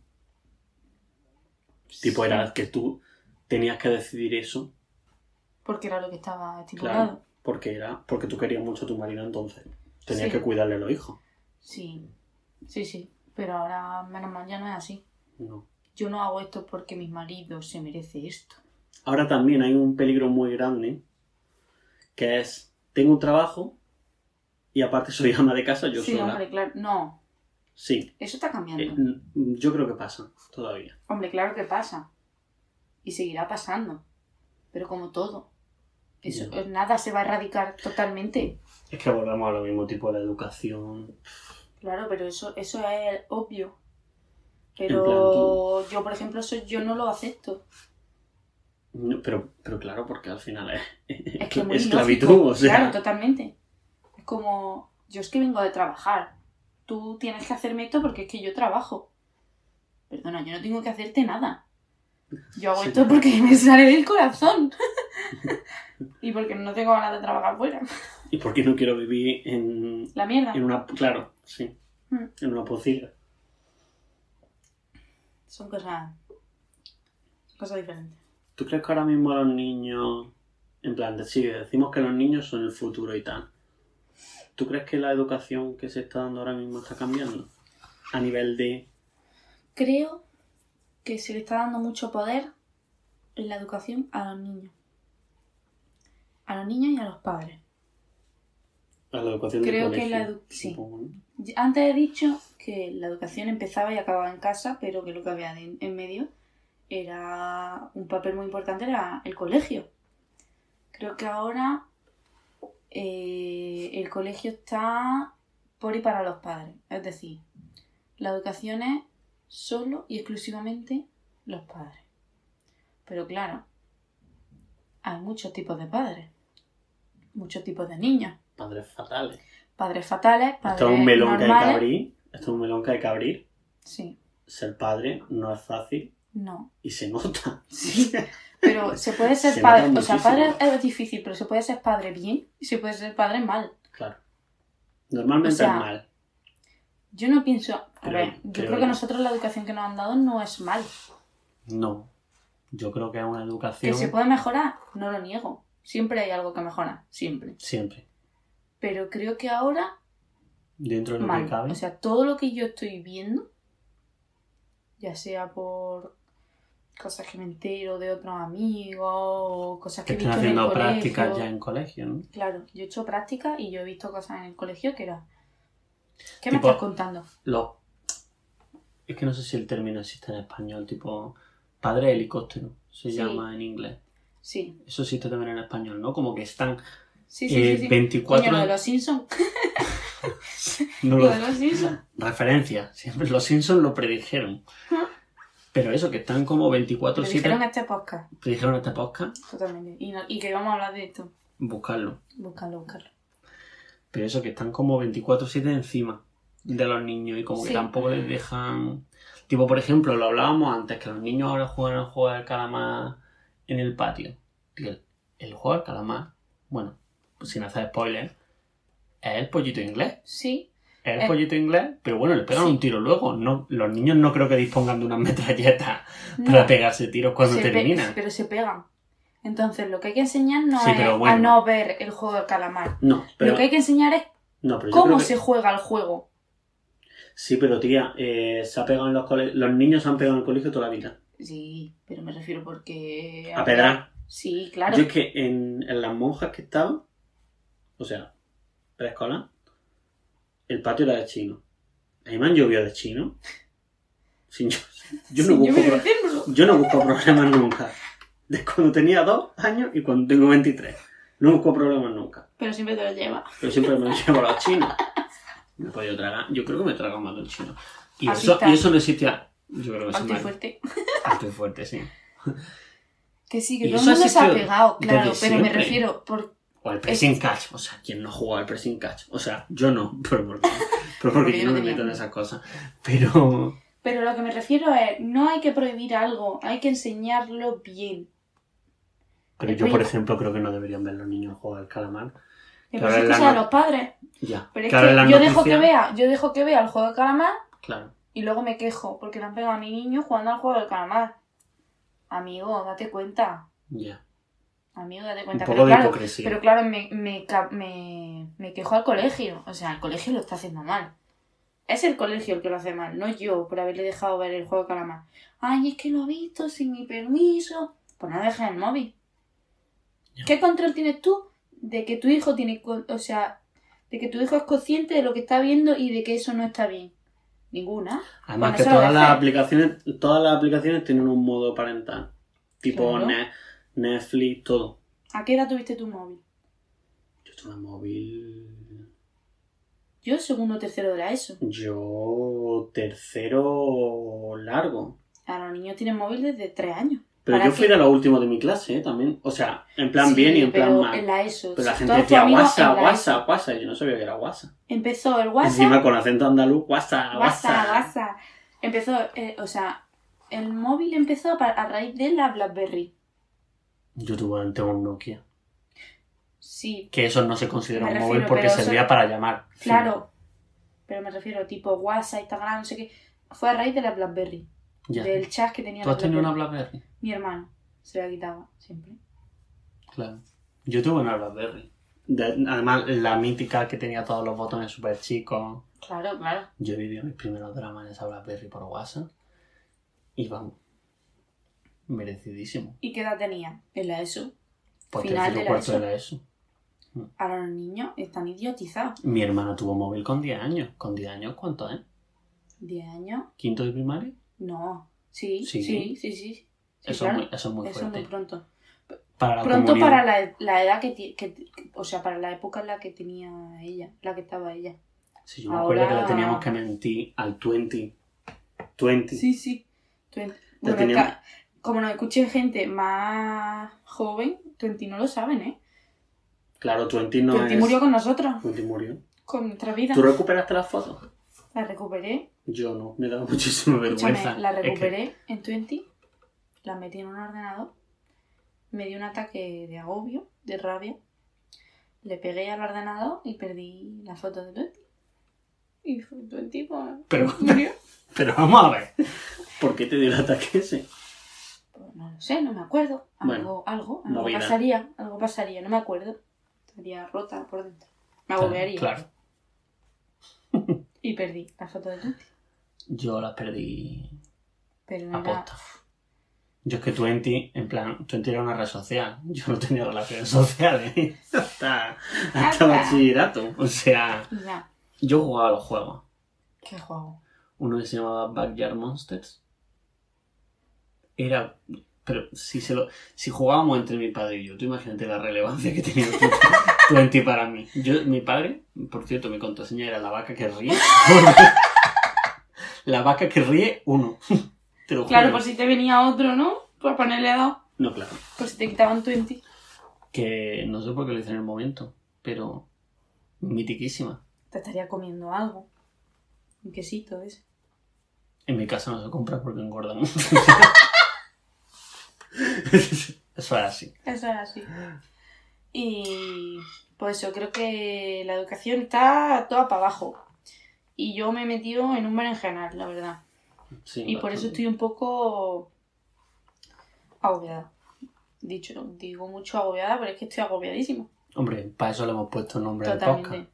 Speaker 3: Tipo, era que tú tenías que decidir eso
Speaker 2: Porque era lo que estaba
Speaker 3: Claro,
Speaker 2: estipulado.
Speaker 3: porque era porque tú querías mucho a tu marido entonces. Tenías
Speaker 2: Sí.
Speaker 3: que cuidarle a los hijos.
Speaker 2: Sí, sí, sí. Pero ahora, menos mal, ya no es así.
Speaker 3: No.
Speaker 2: Yo no hago esto porque mi marido se merece esto.
Speaker 3: Ahora también hay un peligro muy grande que es tengo un trabajo y aparte soy ama de casa Ah, yo
Speaker 2: sí,
Speaker 3: sola.
Speaker 2: hombre, claro. No,
Speaker 3: Sí.
Speaker 2: eso está cambiando.
Speaker 3: Eh, mm, yo creo que pasa todavía.
Speaker 2: Hombre, claro que pasa. Y seguirá pasando. Pero como todo. Eso,
Speaker 3: Ya.
Speaker 2: Nada se va a erradicar totalmente.
Speaker 3: Es que volvemos a lo mismo tipo de educación.
Speaker 2: Claro, pero eso, eso es obvio.
Speaker 3: En plan,
Speaker 2: Pero
Speaker 3: tú-
Speaker 2: yo, por ejemplo, eso yo no lo acepto.
Speaker 3: No, pero, pero claro, porque al final es,
Speaker 2: Es que es muy
Speaker 3: esclavitud.
Speaker 2: ilógico.
Speaker 3: O sea,
Speaker 2: Claro, totalmente. Es como, yo es que vengo de trabajar. Tú tienes que hacerme esto porque es que yo trabajo. Perdona, yo no tengo que hacerte nada. Yo hago
Speaker 3: Sí.
Speaker 2: esto porque me sale del corazón. y porque no tengo ganas de trabajar fuera.
Speaker 3: y porque no quiero vivir en,
Speaker 2: La mierda.
Speaker 3: en una... Claro, sí.
Speaker 2: Mm.
Speaker 3: En una pocilga.
Speaker 2: Son cosas. son cosas diferentes.
Speaker 3: ¿Tú crees que ahora mismo los niños, en plan, de- sí, decimos que los niños son el futuro y tal? ¿Tú crees que la educación que se está dando ahora mismo está cambiando? A nivel de...
Speaker 2: Creo que se le está dando mucho poder en la educación a los niños. A los niños y a los padres.
Speaker 3: A la educación de
Speaker 2: Creo que
Speaker 3: colegio,
Speaker 2: la edu- sí.
Speaker 3: supongo, ¿no?
Speaker 2: Ya- Antes he dicho que la educación empezaba y acababa en casa, pero que lo que había de- en medio era un papel muy importante, era el colegio. Creo que ahora eh, el colegio está por y para los padres. Es decir, la educación es solo y exclusivamente los padres. Pero claro, hay muchos tipos de padres, muchos tipos de niños.
Speaker 3: Padres fatales.
Speaker 2: Padres fatales, padres
Speaker 3: Esto es un melón que hay
Speaker 2: normales.
Speaker 3: que abrir. Esto es un melón que hay que abrir.
Speaker 2: Sí,
Speaker 3: Ser padre no es fácil
Speaker 2: no.
Speaker 3: y se nota.
Speaker 2: Sí. Pero se puede ser
Speaker 3: Se
Speaker 2: padre.
Speaker 3: nota
Speaker 2: O sea,
Speaker 3: muchísimo.
Speaker 2: padre es difícil, pero se puede ser padre bien y se puede ser padre mal.
Speaker 3: claro. Normalmente
Speaker 2: O sea,
Speaker 3: es mal.
Speaker 2: Yo no pienso. A
Speaker 3: Pero-
Speaker 2: ver, yo
Speaker 3: pero-
Speaker 2: creo que nosotros la educación que nos han dado no es mal.
Speaker 1: No. Yo creo que es una educación
Speaker 2: Que se puede mejorar, no lo niego. Siempre hay algo que mejora, siempre.
Speaker 1: siempre.
Speaker 2: Pero creo que ahora,
Speaker 1: Dentro de lo que
Speaker 2: mal.
Speaker 1: cabe.
Speaker 2: O sea, todo lo que yo estoy viendo, ya sea por cosas que me entero de otros amigos, o cosas que,
Speaker 1: que
Speaker 2: he
Speaker 1: están
Speaker 2: visto en el
Speaker 1: haciendo
Speaker 2: colegio,
Speaker 1: prácticas ya en colegio, ¿no?
Speaker 2: Claro, yo he hecho prácticas y yo he visto cosas en el colegio que era. ¿Qué me
Speaker 1: Tipo-
Speaker 2: estás contando?
Speaker 1: Los... Es que no sé si el término existe en español, tipo padre helicóptero, se
Speaker 2: Sí.
Speaker 1: llama en inglés.
Speaker 2: Sí,
Speaker 1: Eso existe también en español, ¿no? Como que están
Speaker 2: sí, sí.
Speaker 1: eh,
Speaker 2: sí, sí.
Speaker 1: 24
Speaker 2: Coño, lo de los Simpsons.
Speaker 1: no
Speaker 2: Lo
Speaker 1: lo-
Speaker 2: de los Simpsons.
Speaker 1: referencias. Siempre los Simpsons lo predijeron. Pero eso, que están como
Speaker 2: Lo
Speaker 1: 24-7.
Speaker 2: dijeron en este podcast.
Speaker 1: Predijeron este podcast,
Speaker 2: Totalmente. Y, no- y que íbamos a hablar de esto.
Speaker 1: buscarlo.
Speaker 2: Buscarlo, buscarlo.
Speaker 1: Pero eso, que están como 24-7 encima de los niños y como que
Speaker 2: Sí.
Speaker 1: tampoco les dejan. Tipo, por ejemplo, lo hablábamos antes, que los niños ahora juegan al juego del calamar en el patio. Tío, el- el juego del calamar, bueno, pues sin hacer spoiler, es el pollito inglés.
Speaker 2: Sí,
Speaker 1: Es el
Speaker 2: Eh,
Speaker 1: pollito inglés, pero bueno, le pegan
Speaker 2: sí.
Speaker 1: un tiro luego. No, los niños no creo que dispongan de una metralleta
Speaker 2: no,
Speaker 1: para pegarse tiros cuando
Speaker 2: se pe-
Speaker 1: terminan.
Speaker 2: pero se pegan. Entonces, lo que hay que enseñar no
Speaker 1: Sí,
Speaker 2: es
Speaker 1: pero bueno.
Speaker 2: a no ver el juego del calamar.
Speaker 3: No, pero,
Speaker 2: Lo que hay que enseñar es
Speaker 3: no, pero yo creo
Speaker 2: cómo
Speaker 3: que-
Speaker 2: se juega el juego.
Speaker 3: Sí, pero tía, eh, se ha pegado en los colegios. Los niños se han pegado en el colegio toda la vida.
Speaker 2: Sí, pero me refiero porque.
Speaker 3: A pedrar.
Speaker 2: Sí, claro.
Speaker 3: Yo es que en, en las monjas que estaba, o sea, preescolar, el patio era de chino. A mí me han llovido de chino. Sin yo, yo, no
Speaker 2: Sí,
Speaker 3: busco,
Speaker 2: me
Speaker 3: pro-
Speaker 2: refiero.
Speaker 3: yo no busco problemas nunca. De cuando tenía dos años y cuando tengo 23. No busco problemas nunca.
Speaker 2: Pero siempre te lo lleva.
Speaker 3: Pero siempre me los llevo a los chinos. Me he podido tragar. Yo creo que me he tragado más de un chino. Y
Speaker 2: Así
Speaker 1: eso,
Speaker 2: está.
Speaker 1: y eso no existía. Yo creo
Speaker 3: Pues
Speaker 1: que sí,
Speaker 2: Alto y
Speaker 1: mal.
Speaker 2: fuerte.
Speaker 1: Alto y fuerte, sí.
Speaker 2: Que sí,
Speaker 1: Y
Speaker 2: que todo el
Speaker 1: eso ha
Speaker 2: mundo se ha
Speaker 1: existido
Speaker 2: pegado, claro,
Speaker 1: desde
Speaker 2: pero me
Speaker 1: siempre.
Speaker 2: refiero por
Speaker 3: O al pressing catch. O sea, ¿quién no juega al pressing catch? O sea, yo no, pero porque, pero
Speaker 2: Porque
Speaker 3: porque
Speaker 2: yo
Speaker 3: yo no
Speaker 2: no
Speaker 3: me
Speaker 2: tenía
Speaker 3: meto en
Speaker 2: ni-
Speaker 3: esas cosas. Pero
Speaker 2: Pero lo que me refiero es, no hay que prohibir algo, hay que enseñarlo bien.
Speaker 3: pero yo, por ejemplo, creo que no deberían ver los niños jugar al calamar.
Speaker 2: Y
Speaker 3: Claro,
Speaker 2: pues es
Speaker 3: la
Speaker 2: cosa de
Speaker 3: no-
Speaker 2: los padres.
Speaker 3: Ya.
Speaker 2: Pero es
Speaker 3: Claro, en
Speaker 2: que
Speaker 3: las
Speaker 2: yo dejo que
Speaker 3: noticias-
Speaker 2: vea, yo dejo que vea el juego de calamar
Speaker 3: Claro.
Speaker 2: y luego me quejo porque le han pegado a mi niño jugando al juego del calamar. Amigo, date cuenta.
Speaker 3: Ya.
Speaker 2: Amigo, date
Speaker 3: Un
Speaker 2: cuenta.
Speaker 3: poco
Speaker 2: Pero
Speaker 3: de
Speaker 2: claro,
Speaker 3: hipocresía.
Speaker 2: pero claro, me, me, ca- me, me quejo al colegio. O sea, el colegio lo está haciendo mal. Es el colegio el que lo hace mal, no yo por haberle dejado ver el juego de calamar. Ay, es que lo he visto sin mi permiso. Pues no dejes el móvil.
Speaker 3: Ya.
Speaker 2: ¿Qué control tienes tú de que tu hijo tiene, con- o sea, de que tu hijo es consciente de lo que está viendo y de que eso no está bien? Ninguna.
Speaker 3: Además
Speaker 2: Bueno,
Speaker 3: que
Speaker 2: eso lo
Speaker 3: todas las
Speaker 2: dejé.
Speaker 3: aplicaciones, todas las aplicaciones tienen un modo parental. Tipo
Speaker 2: Claro.
Speaker 3: Ne- Netflix, todo.
Speaker 2: ¿A qué edad tuviste tu móvil?
Speaker 3: Yo tuve móvil.
Speaker 2: Yo segundo o tercero de la ESO.
Speaker 3: Yo tercero largo.
Speaker 2: Ahora los niños tienen móvil desde tres años.
Speaker 3: Pero
Speaker 2: ¿Para
Speaker 3: yo fui
Speaker 2: qué?
Speaker 3: de los últimos de mi clase ¿eh? también. O sea, en plan
Speaker 2: Sí,
Speaker 3: bien y en plan
Speaker 2: pero
Speaker 3: mal.
Speaker 2: En la ESO.
Speaker 3: Pero
Speaker 2: O
Speaker 3: la
Speaker 2: sea,
Speaker 3: gente
Speaker 2: todos tus
Speaker 3: decía
Speaker 2: amigos en
Speaker 3: guasa,
Speaker 2: la ESO.
Speaker 3: guasa, guasa. y Yo no sabía que era guasa.
Speaker 2: Empezó el WhatsApp.
Speaker 3: Encima con acento andaluz, guasa,
Speaker 2: WhatsApp,
Speaker 3: guasa.
Speaker 2: WhatsApp. Empezó, eh, o sea, el móvil empezó pa- a raíz de la BlackBerry.
Speaker 1: Yo tuve antes un Nokia.
Speaker 2: Sí,
Speaker 1: Que eso no se considera
Speaker 2: Me
Speaker 1: un
Speaker 2: refiero,
Speaker 1: móvil porque
Speaker 2: pero
Speaker 1: servía
Speaker 2: eso-
Speaker 1: para llamar.
Speaker 2: Claro, pero me refiero tipo WhatsApp, Instagram, no sé qué. Fue a raíz de la BlackBerry,
Speaker 1: Sí, ya.
Speaker 2: del chat que tenía
Speaker 1: ¿Tú
Speaker 2: la
Speaker 1: has tenido
Speaker 2: BlackBerry.
Speaker 1: una BlackBerry?
Speaker 2: Mi hermano se la quitaba siempre.
Speaker 1: Claro. Yo tuve una BlackBerry. De- además, la mítica que tenía todos los botones súper chicos.
Speaker 2: Claro, claro.
Speaker 1: Yo viví mis primeros dramas en esa BlackBerry por WhatsApp. Y vamos. Merecidísimo.
Speaker 2: ¿Y qué edad tenía? En la ESO.
Speaker 1: Pues
Speaker 2: Final
Speaker 1: tercero
Speaker 2: de la
Speaker 1: cuarto
Speaker 2: ESO.
Speaker 1: era eso.
Speaker 2: Ahora los niños están idiotizados.
Speaker 1: Mi hermano tuvo móvil con 10 años. ¿Con 10 años cuánto, eh?
Speaker 2: ¿10 años?
Speaker 1: ¿Quinto de primaria?
Speaker 2: No. Sí,
Speaker 1: Sí.
Speaker 2: sí, sí, sí. sí. Sí,
Speaker 1: eso,
Speaker 2: claro.
Speaker 1: es muy, eso es muy
Speaker 2: Eso es
Speaker 1: fuerte.
Speaker 2: muy pronto.
Speaker 1: para la
Speaker 2: Pronto
Speaker 1: comunión.
Speaker 2: para la, la edad que, ti- que- que- O sea, para la época en la que tenía ella, la que estaba ella.
Speaker 1: Sí, yo me acuerdo que
Speaker 2: Ahora-
Speaker 1: le teníamos que mentir al 20. 20.
Speaker 2: Sí, sí. Twen- Bueno,
Speaker 3: teníamos-
Speaker 2: ca- como nos escuche gente más joven, Twenty no lo saben, ¿eh?
Speaker 3: Claro, 20 no
Speaker 2: Twenty
Speaker 3: es.
Speaker 2: murió con nosotros,
Speaker 3: 20 murió.
Speaker 2: con nuestra vida.
Speaker 3: ¿Tú recuperaste las fotos?
Speaker 2: La recuperé,
Speaker 3: Yo no, me daba muchísima
Speaker 2: escúchame,
Speaker 3: vergüenza.
Speaker 2: la
Speaker 1: Es que-
Speaker 2: recuperé en Twenty, la metí en un ordenador, me dio un ataque de agobio, de rabia, le pegué al ordenador y perdí la foto de Twenty. Y fue Twenty, pues,
Speaker 1: Pero-
Speaker 2: murió.
Speaker 1: Pero vamos a ver.
Speaker 3: ¿Por qué te dio el ataque ese?
Speaker 2: Pues no lo sé, no me acuerdo. Algo,
Speaker 3: Bueno,
Speaker 2: algo, algo
Speaker 3: movida.
Speaker 2: pasaría, algo pasaría, no me acuerdo. Estaría rota por dentro. Me
Speaker 1: Claro,
Speaker 2: agobiaría.
Speaker 1: claro.
Speaker 2: Y perdí la foto de Twenty.
Speaker 1: Yo las perdí
Speaker 2: Pero
Speaker 1: a
Speaker 2: no era...
Speaker 1: posta. Yo es que 20, en plan, 20 era una red social. Yo no tenía relaciones sociales.
Speaker 3: Hasta, hasta
Speaker 2: Hasta.
Speaker 3: bachillerato.
Speaker 1: O sea,
Speaker 2: Ya,
Speaker 1: yo jugaba a los juegos.
Speaker 2: qué juego.
Speaker 1: Uno que se llamaba Backyard Monsters. Era. Pero si se lo. Si jugábamos entre mi padre y yo, tú imagínate la relevancia que tenía tu- tu 20 para mí. Yo, mi padre, por cierto, mi contraseña era la vaca que ríe. la vaca que ríe, uno. Te lo
Speaker 2: Claro,
Speaker 1: juro.
Speaker 2: por si te venía otro, ¿no? Por ponerle dos,
Speaker 3: No, claro.
Speaker 2: por si te quitaban Twenty.
Speaker 1: Que no sé por qué lo hice en el momento, pero. Mitiquísima.
Speaker 2: Te estaría comiendo algo. Un quesito ese.
Speaker 1: En mi casa no se compra porque engorda mucho. Eso era así.
Speaker 2: Eso es así. Y pues yo creo que la educación está toda para abajo. Y yo me he metido en un berenjenal, la verdad.
Speaker 1: Sí,
Speaker 2: Y por eso
Speaker 1: bastante.
Speaker 2: estoy un poco agobiada. Dicho, digo mucho agobiada, pero es que estoy agobiadísima.
Speaker 1: Hombre, para eso le hemos puesto el nombre al
Speaker 2: Totalmente.
Speaker 1: podcast.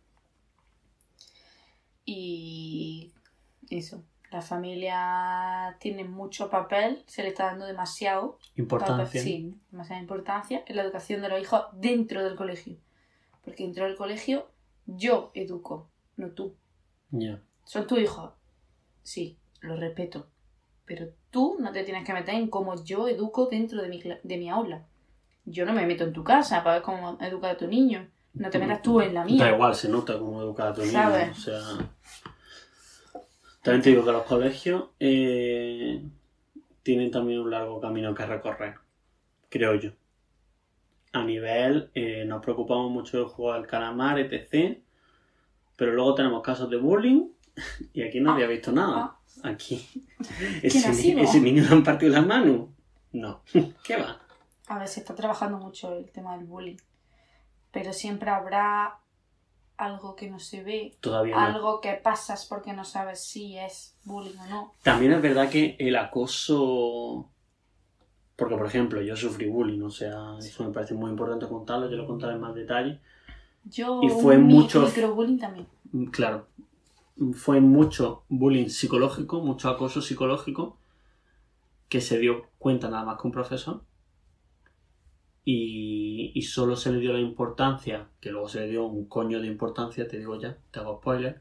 Speaker 2: Y eso. La familia tiene mucho papel, se le está dando demasiado
Speaker 1: Importancia.
Speaker 2: papel- sí, demasiada importancia en la educación de los hijos dentro del colegio. Porque dentro del colegio yo educo, no tú.
Speaker 1: Ya.
Speaker 2: Son tus hijos. Sí, lo respeto. Pero tú no te tienes que meter en cómo yo educo dentro de mi, cla- de mi aula. Yo no me meto en tu casa para ver cómo educa a tu niño. No te metas tú en la
Speaker 3: Da
Speaker 2: mía.
Speaker 3: igual, se nota como educada tu niño.
Speaker 2: ¿Sabes?
Speaker 3: O sea. También te digo que los colegios eh, tienen también un largo camino que recorrer. Creo yo.
Speaker 1: a nivel, eh, nos preocupamos mucho de jugar al calamar, etc. Pero luego tenemos casos de bullying y aquí no había visto nada.
Speaker 2: Ah.
Speaker 1: Aquí. Ese,
Speaker 2: así,
Speaker 1: ni-
Speaker 2: no?
Speaker 1: ese niño le han partido las manos. No. ¿Qué va?
Speaker 2: A ver, se está trabajando mucho el tema del bullying. Pero siempre habrá algo que no se ve,
Speaker 1: Todavía no.
Speaker 2: algo que pasas porque no sabes si es bullying o no.
Speaker 1: También es verdad que el acoso. Porque, por ejemplo, yo sufrí bullying, o sea, eso me parece muy importante contarlo, yo lo contaré en más detalle.
Speaker 2: Yo
Speaker 1: Y fue
Speaker 2: mi-
Speaker 1: mucho-
Speaker 2: microbullying también.
Speaker 1: Mm, Claro, mm, fue mucho bullying psicológico, mucho acoso psicológico, que se dio cuenta nada más que un profesor. Y, y solo se le dio la importancia, que luego se le dio un coño de importancia, te digo ya, te hago spoiler,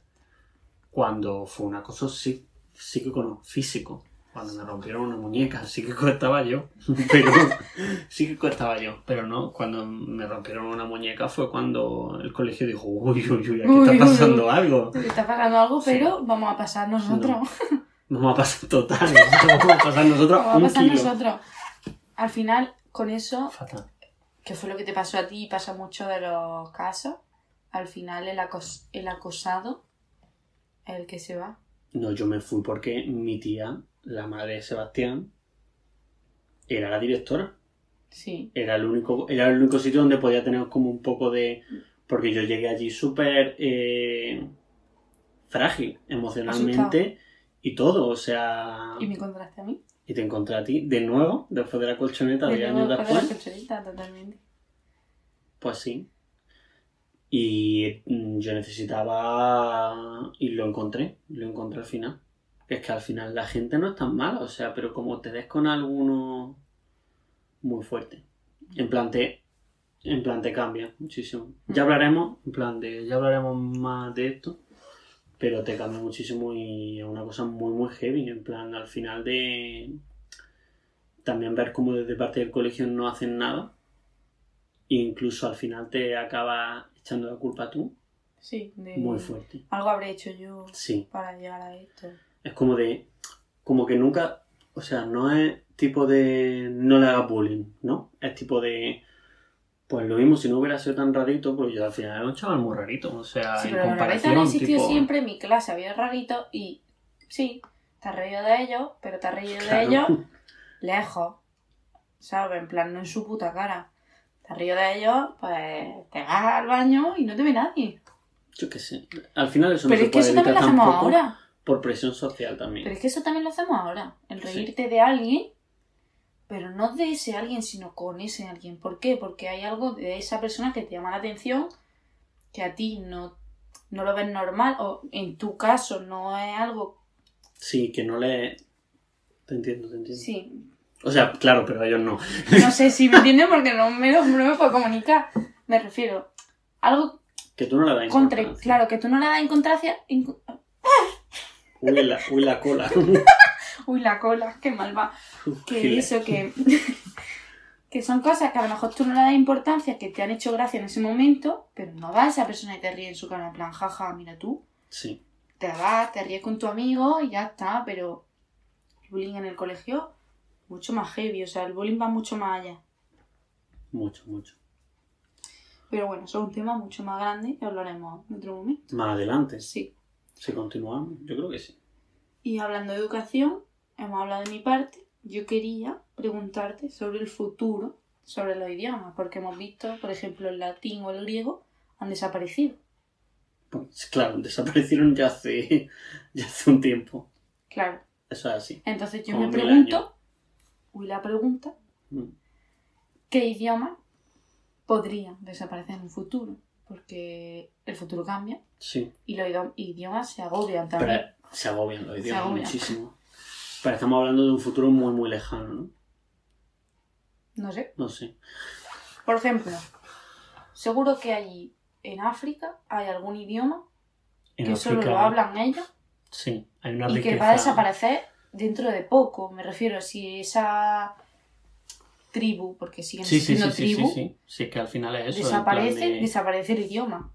Speaker 1: cuando fue un acoso psí- psíquico, no, físico. Cuando me rompieron una muñeca, psíquico estaba yo, pero psíquico estaba yo, pero no, cuando me rompieron una muñeca fue cuando el colegio dijo, uy, uy, uy, aquí
Speaker 2: Uy, uy, uy.
Speaker 1: está pasando algo.
Speaker 2: Te está pagando algo,
Speaker 1: Sí.
Speaker 2: pero vamos a pasar nosotros.
Speaker 1: Nos va a pasar total, nos vamos a pasar nosotros
Speaker 2: vamos a
Speaker 1: un
Speaker 2: pasar
Speaker 1: kilo.
Speaker 2: nosotros. Al final, con eso,
Speaker 1: Fatal.
Speaker 2: que fue lo que te pasó a ti y pasa mucho de los casos, al final el, acos- el acosado es el que se va.
Speaker 1: No, yo me fui porque mi tía, la madre de Sebastián, era la directora.
Speaker 2: Sí.
Speaker 1: Era el único, era el único sitio donde podía tener como un poco de. Porque yo llegué allí súper eh, frágil emocionalmente y todo. O sea.
Speaker 2: Y me encontraste a mí.
Speaker 1: Y te encontré a ti de nuevo, después de la colchoneta,
Speaker 2: De
Speaker 1: de
Speaker 2: nuevo,
Speaker 1: años
Speaker 2: para la
Speaker 1: después.
Speaker 2: colchoneta, totalmente.
Speaker 1: Pues sí. Y mm, yo necesitaba. Y lo encontré. Lo encontré al final. Es que al final la gente no es tan mala, o sea, pero como te des con alguno muy fuerte. En plan te. En plan te cambia muchísimo. Ya hablaremos, en plan de. Ya hablaremos más de esto. Pero te cambia muchísimo y es una cosa muy, muy heavy. En plan, al final de. También ver cómo desde parte del colegio no hacen nada incluso al final te acaba echando la culpa tú,
Speaker 2: Sí. de-
Speaker 1: muy fuerte.
Speaker 2: Algo habré hecho yo
Speaker 1: Sí,
Speaker 2: para llegar a esto.
Speaker 1: es como de, como que nunca, o sea, no es tipo de no le hagas bullying, ¿no? Es tipo de, pues lo mismo si no hubiera sido tan rarito, porque yo al final era un chaval muy rarito, o sea,
Speaker 2: Sí,
Speaker 1: en
Speaker 2: pero los raritos han
Speaker 1: comparación,
Speaker 2: existido
Speaker 1: tipo,
Speaker 2: siempre en mi clase. Había raritos y sí, te has reído de ellos, pero te has reído de
Speaker 1: claro,
Speaker 2: ellos lejos. ¿Sabes? En plan, no en su puta cara. Te has reído de ellos, pues te vas al baño y no te ve nadie.
Speaker 1: yo qué sé, al final eso
Speaker 2: pero
Speaker 1: no se
Speaker 2: es que
Speaker 1: puede
Speaker 2: eso también lo
Speaker 1: evitar
Speaker 2: hacemos
Speaker 1: tampoco
Speaker 2: ahora.
Speaker 1: por presión social también.
Speaker 2: Pero es que eso también lo hacemos ahora. El
Speaker 1: Sí.
Speaker 2: reírte de alguien, pero no de ese alguien, sino con ese alguien. ¿Por qué? Porque hay algo de esa persona que te llama la atención, que a ti no, no lo ves normal, o en tu caso no es algo
Speaker 1: Sí, que no le... Te entiendo, te entiendo.
Speaker 2: Sí,
Speaker 1: O sea, claro, pero ellos no.
Speaker 2: no sé si me entienden porque no me, no me puedo comunicar. Me refiero algo
Speaker 1: Que tú no le das
Speaker 2: contra,
Speaker 1: importancia.
Speaker 2: claro, que tú no le das importancia. inco-
Speaker 1: Uy, la, uy, la cola.
Speaker 2: Uy, la cola, qué mal va. Que
Speaker 1: Gile.
Speaker 2: eso, que, que son cosas que a lo mejor tú no le das importancia, que te han hecho gracia en ese momento, pero no va a esa persona y te ríe en su cara, en plan, jaja, mira tú.
Speaker 1: Sí,
Speaker 2: Te vas, te ríes con tu amigo y ya está, pero el bullying en el colegio, mucho más heavy, o sea, el bullying va mucho más allá.
Speaker 1: mucho, mucho.
Speaker 2: Pero bueno, eso es un tema mucho más grande que hablaremos en otro momento.
Speaker 1: Más adelante,
Speaker 2: Sí.
Speaker 1: si continuamos, yo creo que sí.
Speaker 2: Y hablando de educación, hemos hablado de mi parte. Yo quería preguntarte sobre el futuro, sobre los idiomas, porque hemos visto, por ejemplo, el latín o el griego han desaparecido.
Speaker 1: Pues, claro, desaparecieron ya hace, ya hace un tiempo.
Speaker 2: Claro.
Speaker 1: Eso es así.
Speaker 2: Entonces yo
Speaker 1: Como
Speaker 2: me
Speaker 1: mil
Speaker 2: pregunto, uy, la pregunta,
Speaker 1: Mm.
Speaker 2: ¿qué idiomas podrían desaparecer en un futuro? Porque el futuro cambia
Speaker 1: Sí,
Speaker 2: y los ido- idiomas se agobian también.
Speaker 1: pero se agobian los
Speaker 2: Se
Speaker 1: idiomas
Speaker 2: agobian.
Speaker 1: muchísimo. Pero estamos hablando de un futuro muy, muy lejano, ¿no?
Speaker 2: No sé.
Speaker 1: No sé.
Speaker 2: Por ejemplo, seguro que allí en África hay algún idioma
Speaker 4: En
Speaker 2: que solo
Speaker 4: África-
Speaker 2: lo hablan ellos
Speaker 4: Sí, hay una
Speaker 2: y
Speaker 4: riqueza.
Speaker 2: que va a desaparecer dentro de poco. Me refiero, si esa tribu, porque siguen
Speaker 4: Sí, sí, sí,
Speaker 2: siendo
Speaker 4: sí,
Speaker 2: tribu,
Speaker 4: sí, sí. Sí, es que al final es eso. en plan
Speaker 2: desaparece,
Speaker 4: de-
Speaker 2: desaparece el idioma.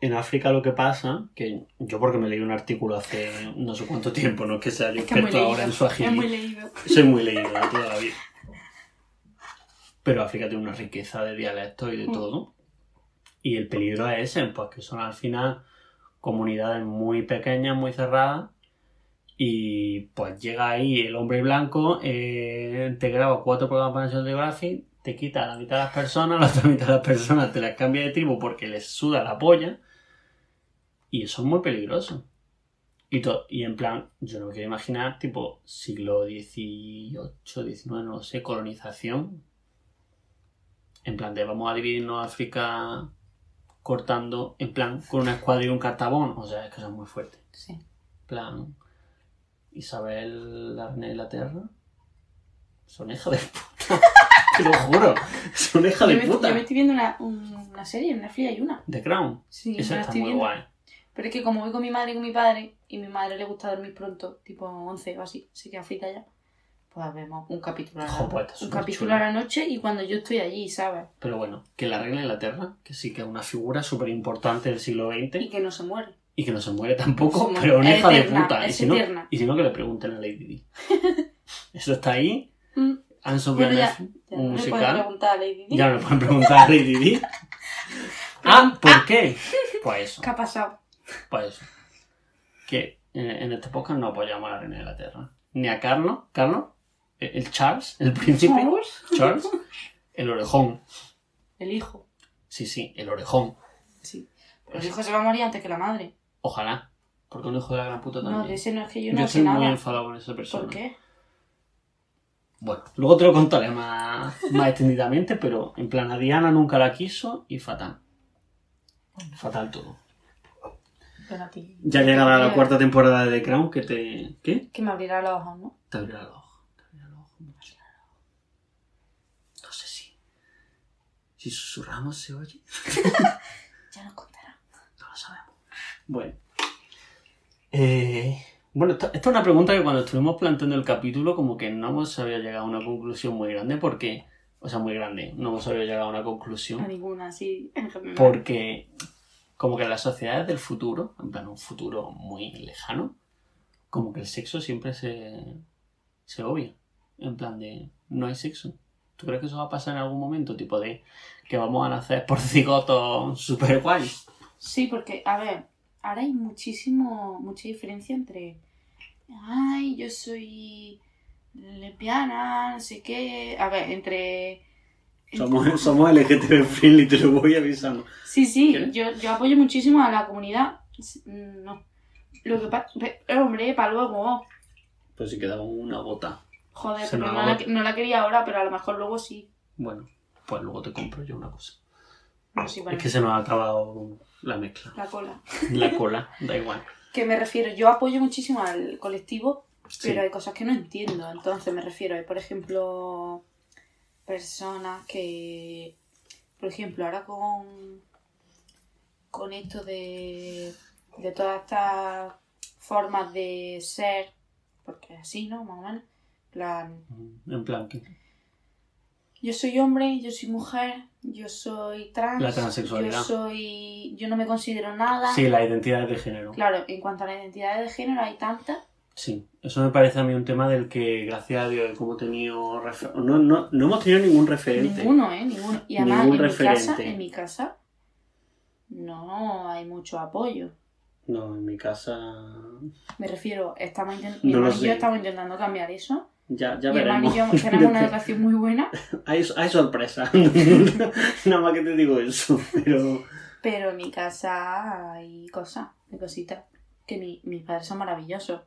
Speaker 4: En África lo que pasa, que yo porque me leí un artículo hace no sé cuánto tiempo, no es que sea yo
Speaker 2: Es que es muy
Speaker 4: experto
Speaker 2: leído.
Speaker 4: ahora en su
Speaker 2: es muy leído.
Speaker 4: Soy muy leído de toda la vida.
Speaker 1: ¿eh? Pero África tiene una riqueza de dialectos y de
Speaker 2: Mm.
Speaker 1: todo. Y el peligro es ese, pues que son al final comunidades muy pequeñas, muy cerradas. Y pues llega ahí el hombre blanco, eh, te graba cuatro programas para National Geographic, te quita la mitad de las personas, la otra mitad de las personas te las cambia de tribu porque les suda la polla. Y eso es muy peligroso. Y, to- y en plan, yo no me quiero imaginar, tipo, siglo XVIII, XIX, no lo sé, colonización. En plan, de vamos a dividirnos África cortando, en plan, con una escuadra y un cartabón. O sea, es que eso es muy fuerte.
Speaker 2: Sí.
Speaker 1: En plan, Isabel, la reina de Inglaterra, son hija de puta. Te lo juro, son hija
Speaker 2: Yo
Speaker 1: de
Speaker 2: me,
Speaker 1: puta.
Speaker 2: yo me estoy viendo una, un- una serie, una fría y una.
Speaker 1: The Crown,
Speaker 2: Sí, me
Speaker 1: esa
Speaker 2: la
Speaker 1: está
Speaker 2: estoy
Speaker 1: muy
Speaker 2: viendo.
Speaker 1: guay.
Speaker 2: Pero es que como voy con mi madre y con mi padre, y mi madre le gusta dormir pronto, tipo 11 o así, se queda frita ya, pues vemos un capítulo a la
Speaker 1: Jo,
Speaker 2: noche.
Speaker 1: pues está
Speaker 2: un
Speaker 1: superchulo.
Speaker 2: capítulo a la noche y cuando yo estoy allí, ¿sabes?
Speaker 1: Pero bueno, que la reina de Inglaterra, que sí que es una figura súper importante del siglo XX.
Speaker 2: Y que no se muere.
Speaker 1: Y que no se muere tampoco,
Speaker 2: Sí,
Speaker 1: pero una
Speaker 2: es
Speaker 1: hija de
Speaker 2: eterna,
Speaker 1: puta. Y
Speaker 2: es
Speaker 1: si, no,
Speaker 2: eterna.
Speaker 1: y si no, que le pregunten a Lady Di. Eso está ahí.
Speaker 2: Mm,
Speaker 1: Anson
Speaker 2: Bueno, ya-
Speaker 1: Benefit,
Speaker 2: ya
Speaker 1: un
Speaker 2: no le puedes
Speaker 1: musical.
Speaker 2: preguntar a Lady Di.
Speaker 1: Ya no le pueden preguntar a Lady Di. ah, ¿por qué? Pues eso,
Speaker 2: ¿Qué ha pasado?
Speaker 1: pues eso. Que en, en este podcast no apoyamos a la reina de Inglaterra. Ni a Carlos, Carlos, el el Charles, el príncipe,
Speaker 2: Vamos.
Speaker 1: Charles, el orejón.
Speaker 2: El hijo.
Speaker 1: Sí, sí, el orejón.
Speaker 2: Sí. Pero el hijo se va a morir antes que la madre.
Speaker 1: Ojalá. Porque un hijo de la gran puta también.
Speaker 2: No, de ese no es que
Speaker 1: yo
Speaker 2: yo no sé
Speaker 1: estoy muy
Speaker 2: nada.
Speaker 1: enfadado con esa persona.
Speaker 2: ¿Por qué?
Speaker 1: Bueno, luego te lo contaré más, más extendidamente, pero en plan, a Diana nunca la quiso y fatal. Fatal todo.
Speaker 2: Pero a ti.
Speaker 1: Ya llegará la cuarta temporada de The Crown que te. ¿Qué?
Speaker 2: Que me abrirá los ojos, ¿no?
Speaker 1: Te abrirá el ojo. Te abrirá el ojo mucho. No sé si. Si susurramos se oye.
Speaker 2: Ya nos contará.
Speaker 1: No lo sabemos. Bueno. Eh, bueno, esta, esta es una pregunta que cuando estuvimos planteando el capítulo, como que no hemos sabido llegar a una conclusión muy grande, porque. O sea, muy grande. No hemos sabido llegar a una conclusión.
Speaker 2: A ninguna, sí. en general.
Speaker 1: Porque como que en las sociedades del futuro, en plan un futuro muy lejano, como que el sexo siempre se, se obvia. En plan de no hay sexo. ¿Tú crees que eso va a pasar en algún momento? Tipo de que vamos a nacer por cigotos super guay.
Speaker 2: Sí, porque, a ver, ahora hay muchísimo, mucha diferencia entre. Ay, yo soy lesbiana, no sé qué. A ver, entre.
Speaker 3: Somos, somos LGTB friendly, te lo voy avisando.
Speaker 2: Sí, sí,
Speaker 1: ¿Quieres?
Speaker 2: yo, yo apoyo muchísimo a la comunidad. Sí, mm, No. Lo que pasa. Hombre, para luego.
Speaker 3: Pues si quedaba una gota.
Speaker 2: Joder,
Speaker 1: Se
Speaker 2: pero
Speaker 1: nos
Speaker 2: no,
Speaker 1: va.
Speaker 2: la, no la quería ahora, pero a lo mejor luego sí.
Speaker 1: Bueno, pues luego te compro yo una cosa.
Speaker 2: No, sí, vale.
Speaker 1: Ah, Es que se nos ha acabado la mezcla.
Speaker 2: La cola.
Speaker 1: La cola, da igual.
Speaker 2: Que me refiero, yo apoyo muchísimo al colectivo,
Speaker 1: Sí.
Speaker 2: Pero hay cosas que no entiendo, entonces me refiero, hay por ejemplo personas que, por ejemplo, ahora con, con esto de, de todas estas formas de ser, porque así, ¿no? Más o menos, en plan,
Speaker 1: En plan, que
Speaker 2: yo soy hombre, yo soy mujer, yo soy trans,
Speaker 1: La transexualidad.
Speaker 2: yo soy, yo no me considero nada.
Speaker 1: Sí, la identidad de género.
Speaker 2: Claro, en cuanto a la identidad de género hay tantas.
Speaker 1: Sí, eso me parece a mí un tema del que, gracias a Dios, como he tenido refer-
Speaker 3: No, no, no hemos tenido ningún referente.
Speaker 2: Ninguno, ¿eh? Ninguno. Y además,
Speaker 3: Ningún
Speaker 2: en,
Speaker 3: referente.
Speaker 2: Mi casa, en mi casa no hay mucho apoyo.
Speaker 3: No, en mi casa.
Speaker 2: Me refiero, estamos inten-
Speaker 3: No
Speaker 2: mi
Speaker 3: lo
Speaker 2: hermano y
Speaker 3: sé.
Speaker 2: yo estamos intentando cambiar eso.
Speaker 3: Ya, ya
Speaker 2: mi hermano
Speaker 3: veremos.
Speaker 2: y yo tenemos una educación muy buena,
Speaker 3: hay, hay sorpresa. Nada más que te digo eso. Pero.
Speaker 2: pero en mi casa hay cosas, hay cositas. Que mi- mis padres son maravillosos,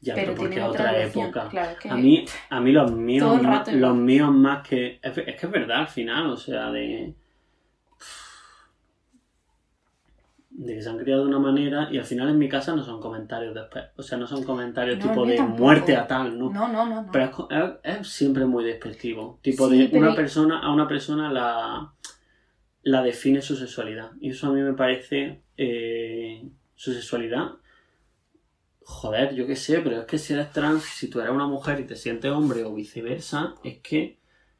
Speaker 3: Ya,
Speaker 2: pero,
Speaker 3: pero, porque
Speaker 2: tienen
Speaker 3: es
Speaker 2: otra,
Speaker 3: otra
Speaker 2: educación.
Speaker 3: época.
Speaker 2: Claro, es que
Speaker 3: A mí, a mí los míos,
Speaker 2: Todo el
Speaker 3: ma-
Speaker 2: rato igual.
Speaker 3: los míos más que. Es, es que es verdad al final, o sea, de. De que se han criado de una manera y al final en mi casa no son comentarios después. O sea, no son comentarios
Speaker 2: No,
Speaker 3: tipo
Speaker 2: el mío
Speaker 3: de
Speaker 2: tampoco.
Speaker 3: muerte a tal, ¿no?
Speaker 2: no, no, no. no.
Speaker 3: Pero es, co- es- es siempre muy despectivo. Tipo
Speaker 2: Sí,
Speaker 3: de
Speaker 2: pero
Speaker 3: una
Speaker 2: y-
Speaker 3: persona a una persona la, la define su sexualidad. Y eso a mí me parece eh, su sexualidad. Joder, yo qué sé, pero es que si eres trans, si tú eres una mujer y te sientes hombre o viceversa, es que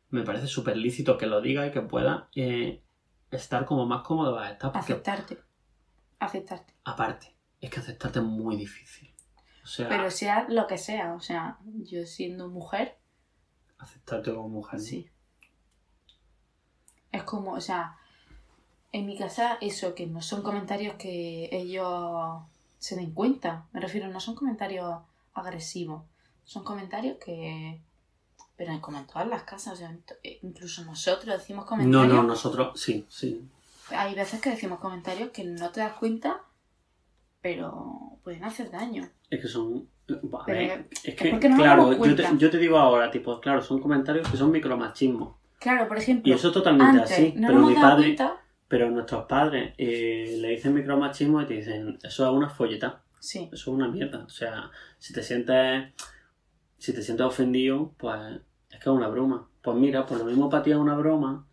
Speaker 3: me parece súper lícito que lo digas y que puedas eh, estar como más cómodo vas a estar. Porque
Speaker 2: Aceptarte. Aceptarte.
Speaker 1: aparte, es que aceptarte es muy difícil. O sea,
Speaker 2: Pero sea lo que sea, o sea, yo siendo mujer,
Speaker 1: aceptarte como mujer.
Speaker 2: sí. Es como, o sea, en mi casa eso, que no son comentarios que ellos se den cuenta. Me refiero, no son comentarios agresivos. Son comentarios que... Pero en- como en todas las casas, o sea, en to- eh, incluso nosotros decimos
Speaker 3: No,
Speaker 2: comentarios.
Speaker 3: no, nosotros, sí, sí.
Speaker 2: Hay veces que decimos comentarios que no te das cuenta, pero pueden hacer daño.
Speaker 3: Es que son. A
Speaker 2: Pero,
Speaker 3: ver, es que,
Speaker 2: porque no nos
Speaker 3: claro,
Speaker 2: damos
Speaker 3: yo te,
Speaker 2: cuenta.
Speaker 3: yo te digo ahora, tipo, claro, son comentarios que son micromachismos.
Speaker 2: Claro, por
Speaker 3: Y
Speaker 2: ejemplo,
Speaker 3: eso es totalmente
Speaker 2: antes
Speaker 3: así.
Speaker 2: no
Speaker 3: pero
Speaker 2: nos
Speaker 3: mi
Speaker 2: hemos dado
Speaker 3: padre,
Speaker 2: cuenta.
Speaker 3: pero nuestros padres eh, le dicen micromachismo y te dicen, eso es una folleta,
Speaker 2: Sí,
Speaker 3: eso es una mierda. O sea, si te sientes, si te sientes ofendido, pues es que es una broma. Pues mira, por lo mismo para ti es una broma,